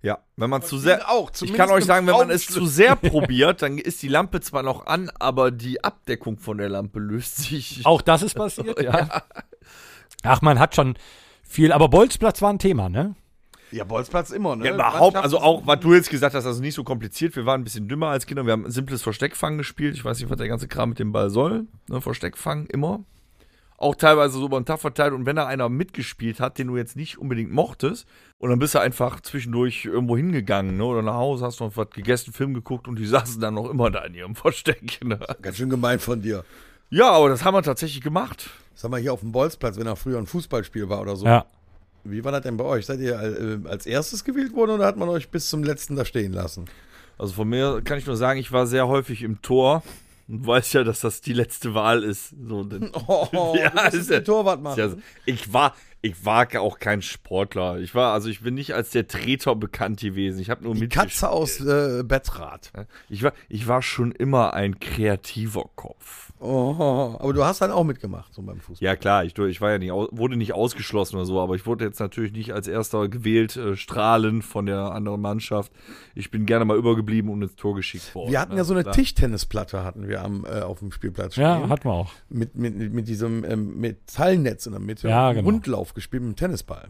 Speaker 4: Ja, wenn man zu
Speaker 3: ging
Speaker 4: sehr.
Speaker 3: auch,
Speaker 4: ich
Speaker 3: zumindest
Speaker 4: kann euch
Speaker 3: im
Speaker 4: sagen, wenn man es
Speaker 3: Traumschlüssel.
Speaker 4: zu sehr probiert, dann ist die Lampe zwar noch an, aber die Abdeckung von der Lampe löst sich.
Speaker 2: Auch das ist
Speaker 4: [LAUGHS]
Speaker 2: passiert, ja. Ach, man hat schon viel, aber Bolzplatz war ein Thema, ne?
Speaker 3: Ja, Bolzplatz immer, ne?
Speaker 4: Ja, überhaupt, also auch, was du jetzt gesagt hast, also nicht so kompliziert. Wir waren ein bisschen dümmer als Kinder. Wir haben ein simples Versteckfangen gespielt. Ich weiß nicht, was der ganze Kram mit dem Ball soll. Ne, Versteckfangen immer. Auch teilweise so über den Tag verteilt. Und wenn da einer mitgespielt hat, den du jetzt nicht unbedingt mochtest, und dann bist du einfach zwischendurch irgendwo hingegangen, ne? oder nach Hause, hast noch was gegessen, Film geguckt und die [LAUGHS] saßen dann noch immer da in ihrem Versteck. Ne?
Speaker 3: Ganz schön gemein von dir.
Speaker 4: Ja, aber das haben wir tatsächlich gemacht.
Speaker 3: Sag mal, hier auf dem Bolzplatz, wenn da früher ein Fußballspiel war oder so. Wie war das denn bei euch? Seid ihr äh, als erstes gewählt worden oder hat man euch bis zum letzten da stehen
Speaker 4: [LAUGHS]
Speaker 3: lassen?
Speaker 4: Also von mir kann ich nur sagen, ich war sehr häufig im Tor und weiß ja, dass das die letzte Wahl ist. So, denn,
Speaker 3: Oh,
Speaker 4: Ja,
Speaker 3: du musstest
Speaker 4: ist ja-
Speaker 3: den Torwart
Speaker 4: Ist
Speaker 3: machen.
Speaker 4: also, ja so. Ich war, ich war ge- auch kein Sportler. Ich war, also ich bin nicht als der Treter bekannt gewesen. Ich habe nur
Speaker 3: Die
Speaker 4: mit.
Speaker 3: Katze aus äh, Bettrad.
Speaker 4: Ich war, ich war schon immer ein kreativer Kopf.
Speaker 3: Oh, aber du hast dann auch mitgemacht, so beim Fußball.
Speaker 4: Ja klar, ich, dur- ich war ja nicht, au- wurde nicht ausgeschlossen oder so, aber ich wurde jetzt natürlich nicht als erster gewählt, äh, strahlend von der anderen Mannschaft. Ich bin gerne mal übergeblieben und ins Tor geschickt worden.
Speaker 3: Wir hatten
Speaker 4: ne?
Speaker 3: ja so eine
Speaker 4: Klar.
Speaker 3: Tischtennisplatte hatten wir am äh, auf dem Spielplatz stehen.
Speaker 2: Ja, hat man auch.
Speaker 3: mit, mit, mit diesem ähm, Metallnetz in der Mitte
Speaker 2: Ja,
Speaker 3: und
Speaker 2: genau.
Speaker 3: Rundlauf gespielt mit dem Tennisball.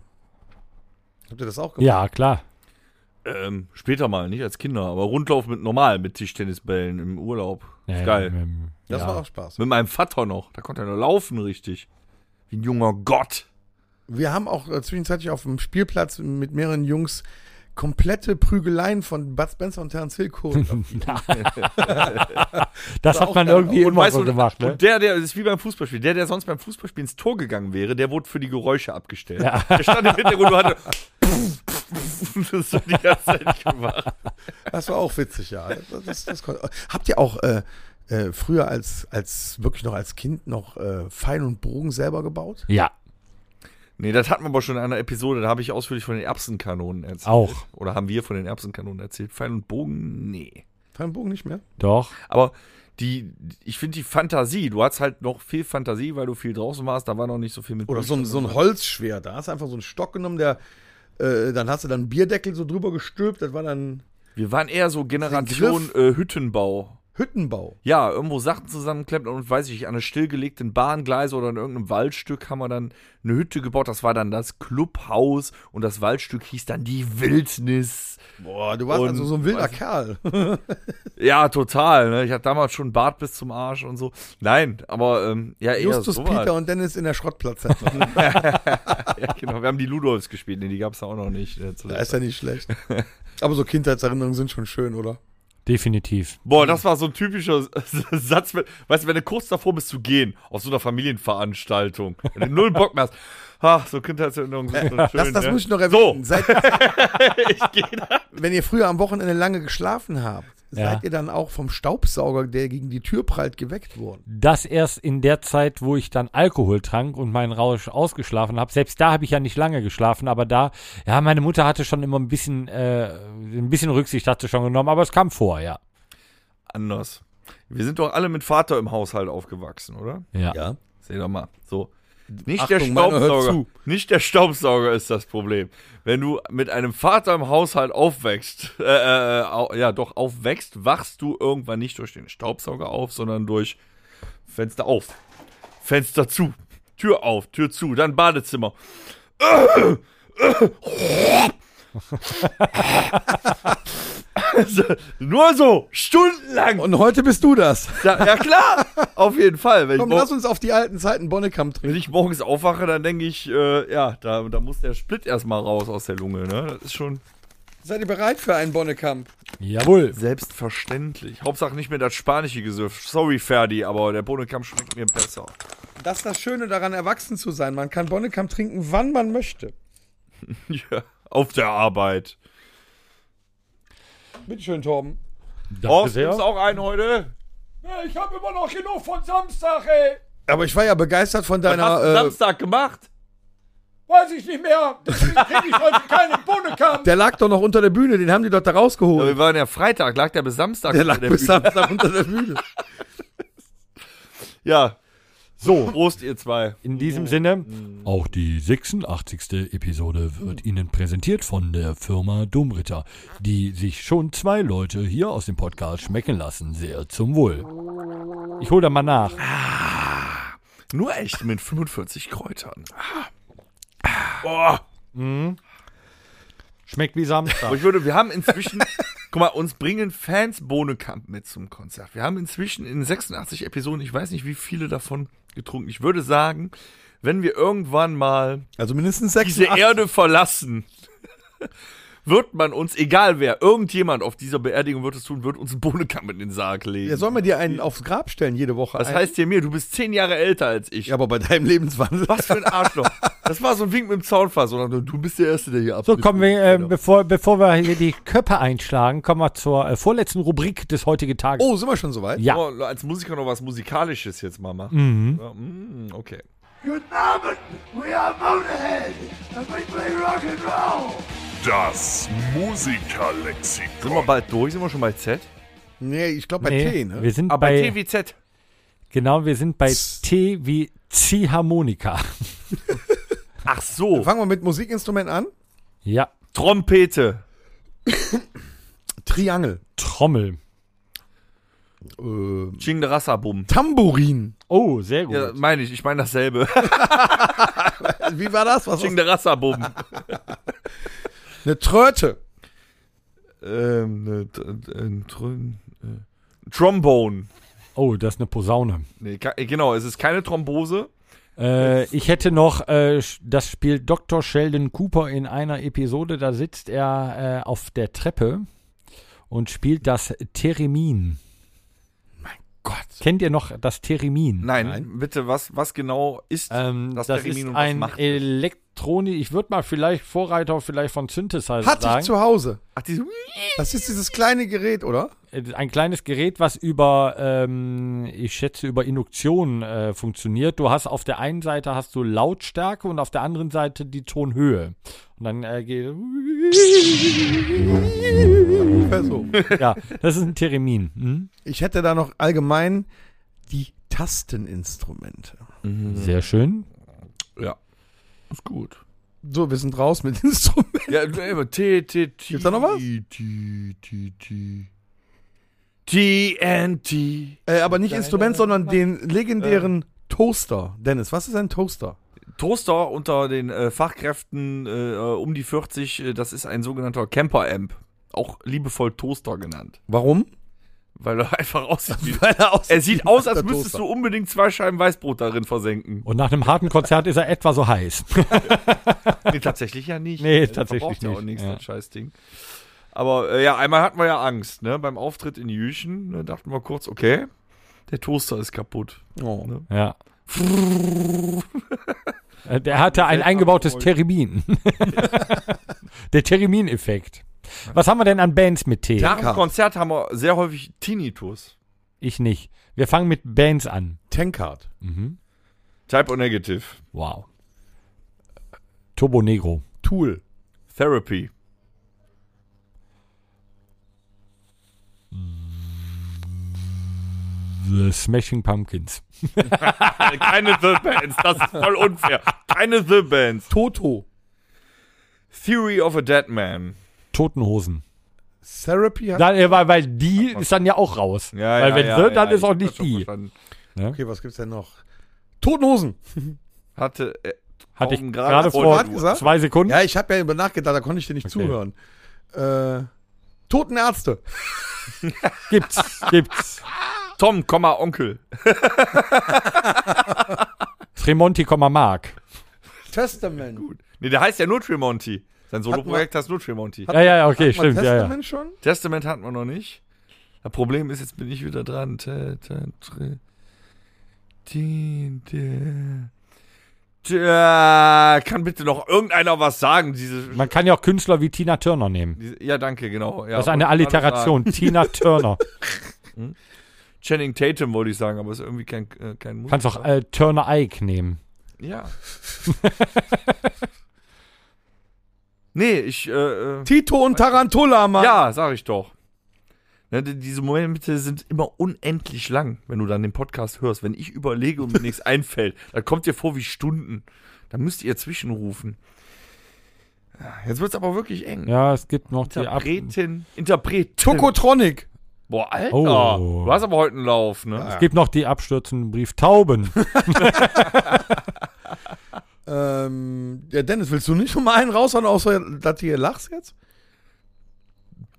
Speaker 3: Habt ihr das auch gemacht?
Speaker 2: Ja, klar.
Speaker 4: Ähm, später mal, nicht als Kinder, aber Rundlauf mit normal, mit Tischtennisbällen im Urlaub. Ist geil.
Speaker 2: Ähm,
Speaker 3: Das
Speaker 2: ja.
Speaker 3: war auch Spaß.
Speaker 4: Mit meinem Vater noch. Da konnte er nur laufen, richtig. Wie ein junger Gott.
Speaker 3: Wir haben auch äh, zwischenzeitlich auf dem Spielplatz mit mehreren Jungs komplette Prügeleien von Bud Spencer und
Speaker 2: [LAUGHS]
Speaker 3: Terence Hill choreografiert.
Speaker 2: Das hat man irgendwie
Speaker 4: Und
Speaker 2: immer
Speaker 4: weißt
Speaker 2: so
Speaker 4: du,
Speaker 2: gemacht, ne?
Speaker 4: Und der, der, das ist wie beim Fußballspiel, der, der sonst beim Fußballspiel ins Tor gegangen wäre, der wurde für die Geräusche abgestellt. Der stand im Hintergrund und hatte. [LAUGHS] das hat die ganze Zeit gemacht.
Speaker 3: Das war auch witzig, ja. Das, das, das kon- habt ihr auch äh, äh, früher als, als wirklich noch als Kind noch äh, Pfeil und Bogen selber gebaut?
Speaker 2: Ja,
Speaker 4: Nee, das hatten wir aber schon in einer Episode, da habe ich ausführlich von den Erbsenkanonen erzählt.
Speaker 2: auch.
Speaker 4: Oder haben wir von den Erbsenkanonen erzählt? Pfeil und Bogen? Nee.
Speaker 3: Pfeil und Bogen nicht mehr?
Speaker 2: Doch.
Speaker 4: Aber die, ich finde die Fantasie, du hast halt noch viel Fantasie, weil du viel draußen warst, da war noch nicht so viel mit.
Speaker 3: Oder so ein, so ein Holzschwert. Da hast du einfach so einen Stock genommen, der äh, dann hast du dann einen Bierdeckel so drüber gestülpt. Das war dann
Speaker 4: Wir waren eher so Generation äh, Hüttenbau.
Speaker 3: Hüttenbau.
Speaker 4: Ja, irgendwo Sachen zusammenklemmen und weiß ich nicht, an einer stillgelegten Bahngleise oder in irgendeinem Waldstück haben wir dann eine Hütte gebaut. Das war dann das Clubhaus und das Waldstück hieß dann die Wildnis.
Speaker 3: Boah, du warst
Speaker 4: Und-
Speaker 3: also so ein wilder Kerl.
Speaker 4: Ja, total. Ne? Ich hatte damals schon Bart bis zum Arsch und so. Nein, aber ähm, [LAUGHS] ja, eher
Speaker 3: Justus
Speaker 4: sowas.
Speaker 3: Peter und Dennis in der [LAUGHS] Schrottplatzzentrale.
Speaker 4: [LAUGHS] Ja, genau. Wir haben die Ludolfs gespielt, nee, die gab es da auch noch nicht. äh, zu der
Speaker 3: Da ist ja nicht schlecht. Aber so Kindheitserinnerungen sind schon schön, oder?
Speaker 2: Definitiv.
Speaker 3: Hm.
Speaker 4: Boah, das war so ein typischer Satz. Wenn, weißt du, wenn du kurz davor bist zu gehen, aus so einer
Speaker 3: [LAUGHS]
Speaker 4: Familienveranstaltung, wenn du null Bock mehr hast. Ach, so Kindheitserinnerungen sind so schön.
Speaker 3: Das, das
Speaker 4: ne?
Speaker 3: muss ich noch
Speaker 4: So,
Speaker 3: erwähnen.
Speaker 4: [LAUGHS]
Speaker 3: Seit, wenn ihr früher am Wochenende lange geschlafen habt,
Speaker 2: Ja.
Speaker 3: seid ihr dann auch vom Staubsauger, der gegen die Tür prallt, geweckt worden.
Speaker 2: Das erst in der Zeit, wo ich dann Alkohol trank und meinen Rausch ausgeschlafen habe. Selbst da habe ich ja nicht lange geschlafen, aber da, ja, meine Mutter hatte schon immer ein bisschen, äh, ein bisschen Rücksicht hatte schon genommen, aber es kam vor, ja.
Speaker 4: anders. Wir sind doch alle mit Vater im Haushalt aufgewachsen, oder?
Speaker 2: Ja.
Speaker 3: Ja.
Speaker 4: Seht doch mal. So. Nicht
Speaker 3: Achtung,
Speaker 4: der
Speaker 3: meiner hört
Speaker 4: Staubsauger.
Speaker 3: zu.
Speaker 4: Nicht der Staubsauger ist das Problem. Wenn du mit einem Vater im Haushalt aufwächst, äh, äh, au, ja doch aufwächst, wachst du irgendwann nicht durch den Staubsauger auf, sondern durch Fenster auf, Fenster zu, Tür auf, Tür zu, dann Badezimmer. [LAUGHS] Also, Nur so, stundenlang.
Speaker 3: Und heute bist du das.
Speaker 4: Ja, ja klar, auf jeden Fall. Wenn ich
Speaker 3: Komm,
Speaker 4: morgen-
Speaker 3: lass uns auf die alten Zeiten Bonnekamp trinken.
Speaker 4: Wenn ich morgens aufwache, dann denke ich, äh, ja, da, da muss der Split erstmal raus aus der Lunge. Ne? Das ist schon
Speaker 3: Seid ihr bereit für einen Bonnekamp?
Speaker 2: Jawohl.
Speaker 4: selbstverständlich. Hauptsache nicht mehr das spanische Gesöff. Sorry, Ferdi, aber der Bohnenkampf schmeckt mir besser.
Speaker 3: Das ist das Schöne daran, erwachsen zu sein. Man kann Bonnekamp trinken, wann man möchte.
Speaker 4: [LAUGHS] ja, auf der Arbeit.
Speaker 3: Bitteschön, Torben.
Speaker 2: Danke
Speaker 4: Horst, gibt's
Speaker 2: sehr.
Speaker 4: auch einen heute?
Speaker 7: Ich habe immer noch genug von Samstag, ey.
Speaker 3: Aber ich war ja begeistert von
Speaker 4: Hast du
Speaker 3: deiner. Äh,
Speaker 4: Samstag gemacht?
Speaker 7: Weiß ich nicht mehr. Deswegen kriege ich heute keinen Bohnenkampf.
Speaker 3: der lag doch noch unter der Bühne, den haben die doch da rausgeholt.
Speaker 4: Ja, wir waren ja Freitag, lag der bis Samstag.
Speaker 3: der
Speaker 4: unter
Speaker 3: lag
Speaker 4: der
Speaker 3: bis
Speaker 4: Bühne.
Speaker 3: Samstag [LAUGHS] unter der Bühne.
Speaker 4: Ja. So, Prost, ihr zwei.
Speaker 2: In diesem Sinne, auch die 86. Episode wird Ihnen präsentiert von der Firma Domritter, die sich schon zwei Leute hier aus dem Podcast schmecken lassen. Sehr zum Wohl. Ich hole da mal nach.
Speaker 4: Nur echt mit 45 Kräutern. Boah.
Speaker 2: Schmeckt wie
Speaker 4: Aber
Speaker 2: Samstag.
Speaker 4: ich würde, wir haben [LAUGHS] inzwischen, guck mal, uns bringen Fans Bohnekamp mit zum Konzert. Wir haben inzwischen in 86 Episoden, ich weiß nicht, wie viele davon getrunken. Ich würde sagen, wenn wir irgendwann mal
Speaker 3: Also mindestens
Speaker 4: diese
Speaker 3: 86.
Speaker 4: Erde verlassen, wird man uns, egal wer, irgendjemand auf dieser Beerdigung wird es tun, wird uns einen Bohnekamp in den Sarg legen.
Speaker 3: Ja, soll man dir einen aufs Grab stellen jede Woche?
Speaker 4: das
Speaker 3: Einen-
Speaker 4: heißt ja mir, du bist zehn Jahre älter als ich.
Speaker 3: Ja, aber bei deinem Lebenswandel.
Speaker 4: Was für ein [LAUGHS] Arschloch. Das war so ein Wink mit dem Zaunfass. Oder du bist der Erste, der hier
Speaker 2: So,
Speaker 4: abgeht.
Speaker 2: kommen wir, äh, bevor, bevor wir hier die Köpfe einschlagen, kommen wir zur äh, vorletzten Rubrik des heutigen Tages.
Speaker 3: Oh, sind wir schon soweit?
Speaker 2: Ja. Mhm.
Speaker 4: Wollen wir als Musiker noch was Musikalisches jetzt mal machen. Ja, mm, okay.
Speaker 7: Das
Speaker 4: Sind wir
Speaker 7: Musikerlexikon.
Speaker 4: bald durch? Sind wir schon bei Z?
Speaker 3: Nee, ich glaube bei
Speaker 2: Nee,
Speaker 3: T, ne?
Speaker 2: Äh, Wir sind
Speaker 4: Aber
Speaker 2: bei,
Speaker 4: T wie Z.
Speaker 2: genau, wir sind bei T wie Ziehharmonika. [LAUGHS]
Speaker 4: Ach so.
Speaker 3: Fangen wir mit Musikinstrument an.
Speaker 2: Ja,
Speaker 4: Trompete.
Speaker 3: Triangel.
Speaker 2: Trommel.
Speaker 3: Äh,
Speaker 4: Chingderassa-Bum.
Speaker 3: Tambourin.
Speaker 2: Oh, sehr gut.
Speaker 4: Ja, meine ich. Ich meine dasselbe. [LAUGHS]
Speaker 3: Wie war das? Was
Speaker 4: Chingderassa-Bum.
Speaker 3: Eine Tröte.
Speaker 4: ähm, ne, t- ein Trön- äh, Trombone.
Speaker 2: Oh, das ist eine Posaune.
Speaker 4: Nee, ka- äh, genau, es ist keine Thrombose.
Speaker 2: Äh, ich hätte noch äh, sch- das Spiel Dr. Sheldon Cooper in einer Episode. Da sitzt er äh, auf der Treppe und spielt das Theremin.
Speaker 3: Gott.
Speaker 2: Kennt ihr noch das Theremin?
Speaker 4: Nein, bitte, was, was genau ist
Speaker 2: Ähm, das
Speaker 4: Termin
Speaker 2: ist
Speaker 4: und was
Speaker 2: ein
Speaker 4: macht ne? es?
Speaker 2: Elektronik. Ich würde mal vielleicht Vorreiter vielleicht von Synthesizer
Speaker 3: Hatte ich
Speaker 2: sagen.
Speaker 3: zu Hause.
Speaker 4: Ach, diese,
Speaker 2: E-
Speaker 3: Das ist dieses kleine Gerät, oder?
Speaker 2: Äh, Ein kleines Gerät, was über, ähm, ich schätze, über Induktion äh, funktioniert. Du hast auf der einen Seite hast du Lautstärke und auf der anderen Seite die Tonhöhe. Und dann äh, geht [LAUGHS]
Speaker 3: Ungefähr so.
Speaker 2: Ja, das ist ein Theremin. Hm?
Speaker 3: Ich hätte da noch allgemein die Tasteninstrumente.
Speaker 2: Sehr schön.
Speaker 4: ja. Ist gut.
Speaker 3: So, wir sind raus mit [LAUGHS] Instrumenten.
Speaker 4: Ja, immer T, T, T.
Speaker 3: Gibt's da noch was?
Speaker 4: T, T, T, T. TNT.
Speaker 3: Äh, aber nicht Instrument, sondern den legendären
Speaker 2: Ähm.
Speaker 3: Toaster. Dennis, was ist ein Toaster?
Speaker 4: Toaster unter den äh, Fachkräften äh, um die 40, äh, das ist ein sogenannter Camper-Amp. Auch liebevoll Toaster genannt.
Speaker 3: Warum?
Speaker 4: Weil er [LAUGHS] einfach aussieht wie.
Speaker 3: Weil er aus
Speaker 4: Er sieht aus, als
Speaker 3: Der
Speaker 4: müsstest
Speaker 3: Toaster.
Speaker 4: du unbedingt zwei Scheiben Weißbrot darin versenken.
Speaker 2: Und nach einem harten Konzert ist er etwa so heiß.
Speaker 4: [LAUGHS] Nee, tatsächlich ja nicht.
Speaker 2: Nee,
Speaker 4: Also
Speaker 2: tatsächlich
Speaker 4: verbraucht ja auch
Speaker 2: nicht.
Speaker 4: nichts,
Speaker 2: Ja.
Speaker 4: das Scheißding. Aber äh, ja, einmal hatten wir ja Angst, ne? Beim Auftritt in Jüchen, ne, dachten wir kurz, okay, der Toaster ist kaputt.
Speaker 3: Oh.
Speaker 4: Ne?
Speaker 2: Ja. Äh, Der hatte ein eingebautes Theremin. [LAUGHS] Der Theremin-Effekt. Was haben wir denn an Bands mit T?
Speaker 4: Nach dem
Speaker 3: Tanka.
Speaker 4: Konzert haben wir sehr häufig Tinnitus.
Speaker 2: Ich nicht. Wir fangen mit Bands an.
Speaker 3: Tankard.
Speaker 2: Mhm.
Speaker 4: Type O Negative.
Speaker 2: Wow. Turbo Negro.
Speaker 3: Tool.
Speaker 4: Therapy.
Speaker 2: The Smashing Pumpkins.
Speaker 4: Keine The Bands, das ist voll unfair. Keine The Bands.
Speaker 6: Toto.
Speaker 4: Theory of a Dead Man.
Speaker 2: Totenhosen.
Speaker 6: Therapy hat.
Speaker 2: Dann, äh, weil, weil die ist dann ja auch raus.
Speaker 4: Ja,
Speaker 2: weil
Speaker 4: ja,
Speaker 2: wenn
Speaker 4: ja,
Speaker 2: The,
Speaker 4: ja,
Speaker 2: dann
Speaker 4: ja,
Speaker 2: ist auch
Speaker 4: ich
Speaker 2: nicht
Speaker 4: schon
Speaker 2: die.
Speaker 4: verstanden.
Speaker 6: Okay, was gibt's denn noch? Totenhosen.
Speaker 4: Hatte, äh,
Speaker 2: Hatte ich
Speaker 4: Augen
Speaker 2: gerade
Speaker 4: voll
Speaker 2: vor
Speaker 4: du.
Speaker 6: gesagt.
Speaker 2: zwei Sekunden.
Speaker 6: Ja, ich habe ja über nachgedacht, da konnte ich dir nicht
Speaker 2: Okay.
Speaker 6: zuhören. Äh, Totenärzte.
Speaker 2: Gibt's, gibt's.
Speaker 4: Tom, Komma, Onkel.
Speaker 2: Tremonti, Mark.
Speaker 6: Testament. Gut.
Speaker 4: Nee, der heißt ja nur Tremonti. Sein Solo-Projekt heißt nur Tremonti.
Speaker 2: Ja, ja, ja, okay,
Speaker 6: Hat man
Speaker 2: stimmt. Ja, ja.
Speaker 6: Testament schon?
Speaker 4: Testament hatten wir noch nicht. Das Problem ist, jetzt bin ich wieder dran. Te, te, tre, ti, te. Tja, kann bitte noch irgendeiner was sagen? Diese,
Speaker 2: Man kann ja auch Künstler wie Tina Turner nehmen.
Speaker 4: diese ja, danke, genau. Ja,
Speaker 2: Das ist eine
Speaker 4: wollte ich gerade
Speaker 2: Alliteration. Tina Turner.
Speaker 4: sagen. Channing Tatum wollte ich sagen, aber ist irgendwie kein, äh, kein Musiker.
Speaker 2: Kannst auch äh, Turner Ike nehmen. [LAUGHS]
Speaker 4: Ja. nee, ich, äh, äh,
Speaker 6: Tito und Tarantula, Mann.
Speaker 4: ja, sag ich doch. Ne, die- diese Momente sind immer unendlich lang, wenn du dann den Podcast hörst. Wenn ich überlege und mir
Speaker 2: [LAUGHS]
Speaker 4: nichts einfällt, dann kommt dir vor wie Stunden. Da müsst ihr zwischenrufen. Ja, Jetzt wird's aber wirklich eng.
Speaker 2: Ja, es gibt noch die Ab
Speaker 4: Interpretin. Interpret.
Speaker 6: Tokotronic.
Speaker 4: Boah, Alter.
Speaker 2: Oh.
Speaker 4: Du hast aber heute einen Lauf, ne?
Speaker 2: Es gibt noch die abstürzenden Brieftauben.
Speaker 6: Ähm, ja, Dennis, willst du nicht noch mal einen raushauen, außer dass du hier lachst jetzt?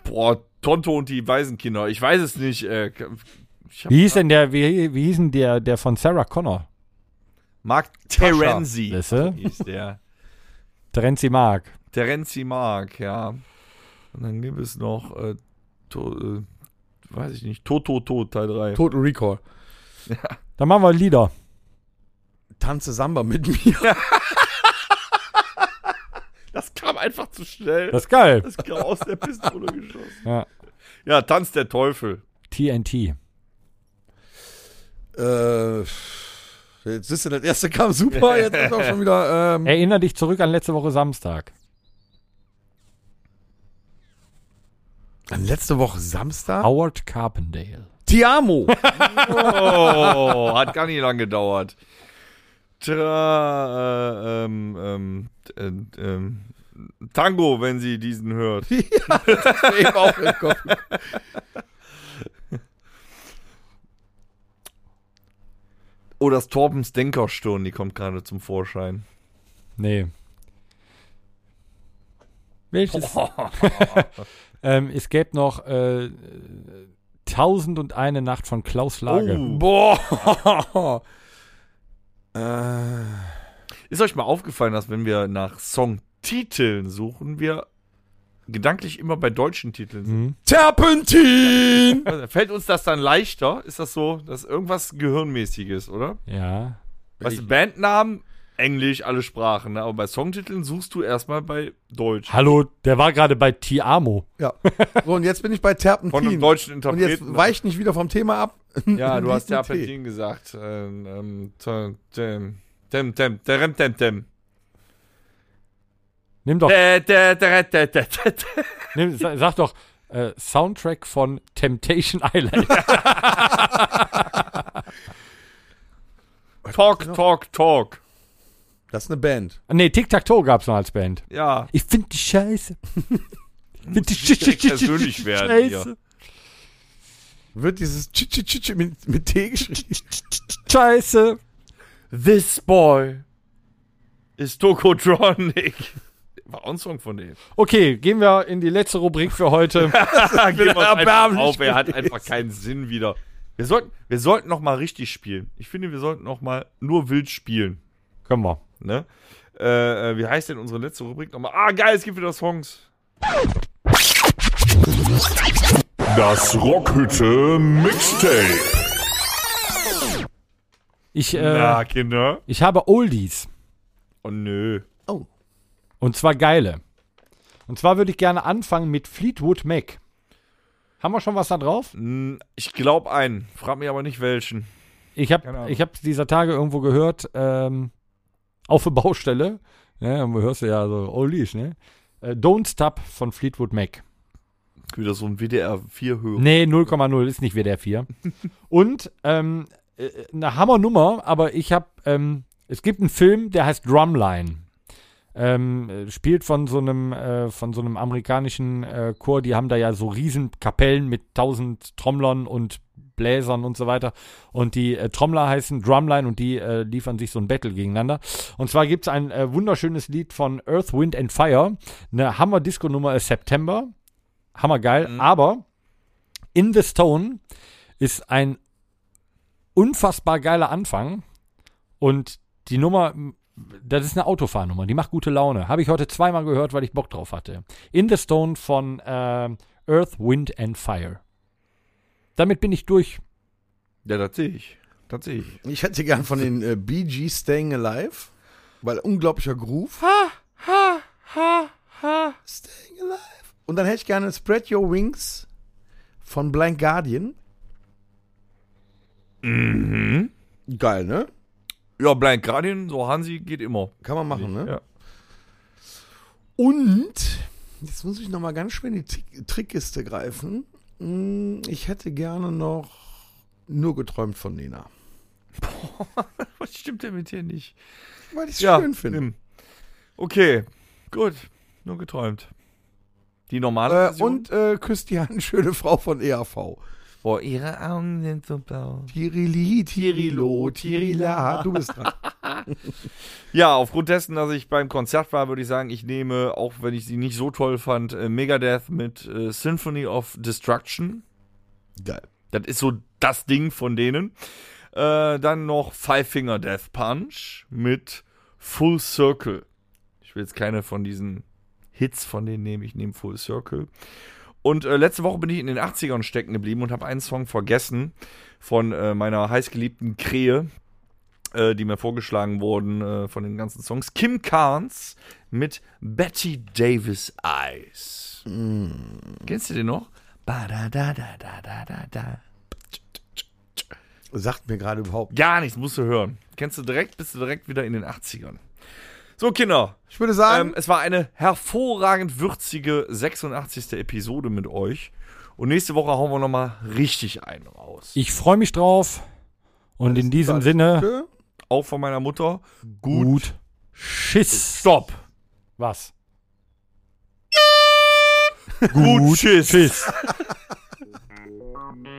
Speaker 4: Boah, Tonto und die Waisenkinder. Ich weiß es nicht. Äh, ich hab
Speaker 2: Wie hieß denn der, wie, wie hieß denn der, der von Sarah Connor?
Speaker 4: Mark Terenzi.
Speaker 2: Wisse? [LAUGHS]
Speaker 4: Hieß der.
Speaker 2: Terenzi Mark.
Speaker 4: Terenzi Mark, ja. Und dann gibt es noch, äh, to, äh, weiß ich nicht, Toto Tot Teil 3.
Speaker 6: Total Recall.
Speaker 2: Dann machen wir Lieder.
Speaker 6: Tanze Samba mit mir.
Speaker 4: das kam einfach zu schnell.
Speaker 2: Das ist
Speaker 4: [LAUGHS]
Speaker 2: geil.
Speaker 4: Das kam aus der Pistole geschossen.
Speaker 2: Ja.
Speaker 4: Ja, Tanz der Teufel.
Speaker 2: TNT.
Speaker 6: [LAUGHS] äh, jetzt ist ja das erste kam super, jetzt ist auch schon wieder. Ähm,
Speaker 2: Erinner dich zurück an letzte Woche Samstag.
Speaker 6: letzte Woche Samstag.
Speaker 2: Howard Carpendale. [LAUGHS]
Speaker 6: Tiamo.
Speaker 4: Oh, hat gar nicht lang gedauert. Tra, äh, ähm, ähm, äh, ähm, Tango, wenn sie diesen hört.
Speaker 6: Eben auch im Kopf.
Speaker 4: Oh, das Torbens Denkerstirn, die kommt gerade zum Vorschein.
Speaker 2: Nee. [LAUGHS] Welches? ähm, es gäbe noch äh, 1001 Nacht von Klaus Lage.
Speaker 6: Boah. Oh. [LAUGHS] äh,
Speaker 4: Ist euch mal aufgefallen, dass wenn wir nach Songtiteln suchen, wir gedanklich immer bei deutschen Titeln sind?
Speaker 6: Terpentin.
Speaker 4: Also, Fällt uns das dann leichter? Ist das so, dass irgendwas gehirnmäßiges, oder?
Speaker 2: Ja.
Speaker 4: Weißt du, Bandnamen, Englisch, alle Sprachen, ne? aber bei Songtiteln suchst du erstmal bei Deutsch.
Speaker 2: Hallo, der war gerade bei Tiamo.
Speaker 6: Ja. So, und jetzt bin ich bei Terpentin.
Speaker 4: Von einem deutschen
Speaker 6: und jetzt
Speaker 4: Interpreten.
Speaker 3: also.
Speaker 6: weicht nicht wieder vom Thema ab.
Speaker 4: ja, du hast
Speaker 6: Diesen
Speaker 4: Terpentin gesagt. Ähm, ähm, tem, tem, tem, tem, terem, tem, tem.
Speaker 2: Nimm [LAUGHS] doch,
Speaker 4: Tä, tä, tä, tä, tä, tä, tä.
Speaker 2: nimm, sa- sag doch, äh, Soundtrack von Temptation [LAUGHS] Island.
Speaker 4: Talk, talk, talk.
Speaker 6: Das ist eine Band.
Speaker 2: nee, Tic Tac Toe gab's noch als Band.
Speaker 4: Ja.
Speaker 2: Ich find die Scheiße. Find die
Speaker 4: direkt persönlich werden hier.
Speaker 6: Wird dieses Ch -ch -ch -ch mit, mit T geschrieben?
Speaker 2: Scheiße.
Speaker 4: This Boy ist Tokotronic. War auch ein Song von dem.
Speaker 2: Okay, gehen wir in die letzte Rubrik für
Speaker 4: [LAUGHS]
Speaker 2: heute.
Speaker 4: Ich bin
Speaker 6: erbärmlich
Speaker 4: auf, er hat einfach keinen Sinn wieder. Wir sollten, wir sollten noch mal richtig spielen. Ich finde, wir sollten noch mal nur wild spielen.
Speaker 2: Können wir.
Speaker 4: Ne? Äh, äh, wie heißt denn unsere letzte Rubrik nochmal? Ah, geil, es gibt wieder Songs.
Speaker 7: Das Rockhütte Mixtape.
Speaker 2: Ich, äh,
Speaker 4: Ja, Kinder.
Speaker 2: ich habe Oldies.
Speaker 4: Oh, nö.
Speaker 2: Und zwar geile. Und zwar würde ich gerne anfangen mit Fleetwood Mac. Haben wir schon was da drauf?
Speaker 4: Hm, Ich glaube einen. Frag mich aber nicht welchen.
Speaker 2: Ich
Speaker 4: Keine
Speaker 2: habe
Speaker 4: Ahnung.
Speaker 2: ich hab dieser Tage irgendwo gehört, ähm, auf der Baustelle, ne, und du hörst ja so Oldies, ne? Äh, Don't Stop von Fleetwood Mac.
Speaker 4: wieder so ein WDR 4 hören.
Speaker 2: Nee, 0,0 ist nicht WDR 4. Und ähm, äh, eine Hammernummer, aber ich habe, ähm, es gibt einen Film, der heißt Drumline. Ähm, äh, spielt von so einem äh, von so einem amerikanischen äh, Chor, die haben da ja so riesen Kapellen mit tausend Trommlern und Bläsern und so weiter. Und die äh, Trommler heißen Drumline und die äh, liefern sich so ein Battle gegeneinander. Und zwar gibt's ein äh, wunderschönes Lied von Earth, Wind and Fire. Eine Hammer-Disco-Nummer ist September. Hammergeil. Aber in the Stone ist ein unfassbar geiler Anfang. Und die Nummer, das ist eine Autofahrnummer, die macht gute Laune. Habe ich heute zweimal gehört, weil ich Bock drauf hatte. In the Stone von ähm, Earth, Wind and Fire. Damit bin ich durch.
Speaker 4: Ja, das sehe ich. Das sehe ich.
Speaker 3: Ich hätte gern von den äh, BG Staying Alive, weil unglaublicher Groove. Ha, ha, ha, ha. Staying Alive. Und dann hätte ich gerne Spread Your Wings von Blank Guardian. Mhm. Geil, ne?
Speaker 4: Ja, Blind Guardian, so Hansi geht immer.
Speaker 3: Kann man machen, ne?
Speaker 4: Ja.
Speaker 3: Und jetzt muss ich noch mal ganz schön in die Tick- Trickkiste greifen. Mm, Ich hätte gerne noch nur geträumt von Nena,
Speaker 4: Was stimmt denn mit dir nicht?
Speaker 3: weil ich es
Speaker 4: Ja,
Speaker 3: schön finde.
Speaker 4: nimm. Okay, gut. Nur geträumt. Die normale
Speaker 3: Äh,
Speaker 4: Version?
Speaker 3: und äh, küsst die Hand, [LAUGHS] schöne Frau von E EAV.
Speaker 4: Boah, ihre Augen sind so blau.
Speaker 3: Tirili, Tirilo, Tirila. Du bist
Speaker 4: [LAUGHS]
Speaker 3: dran.
Speaker 4: Ja, aufgrund dessen, dass ich beim Konzert war, würde ich sagen, ich nehme, auch wenn ich sie nicht so toll fand, äh, Megadeth mit äh, Symphony of Destruction.
Speaker 3: Geil.
Speaker 4: Das ist so das Ding von denen. Äh, dann noch Five Finger Death Punch mit Full Circle. Ich will jetzt keine von diesen Hits von denen nehmen, ich nehme Full Circle. Und äh, letzte Woche bin ich in den 80ern stecken geblieben und habe einen Song vergessen von äh, meiner heißgeliebten Krähe, äh, die mir vorgeschlagen wurden äh, von den ganzen Songs. Kim Carnes mit Betty Davis Eyes. Kennst du den noch? Ba da da da da da da da.
Speaker 3: Sagt mir gerade überhaupt.
Speaker 4: Gar nichts, musst du hören. Kennst du direkt, bist du direkt wieder in den 80ern. So, Kinder,
Speaker 3: Ich würde sagen,
Speaker 4: ähm, es war eine hervorragend würzige 86. Episode mit euch. Und nächste Woche hauen wir nochmal richtig einen raus.
Speaker 2: Ich freue mich drauf. Und in diesem Sinne,
Speaker 3: Tschö.
Speaker 4: Auch von meiner Mutter. Gut.
Speaker 2: gut. Schiss. Stopp. Was?
Speaker 4: Gut, tschüss.
Speaker 2: Schiss.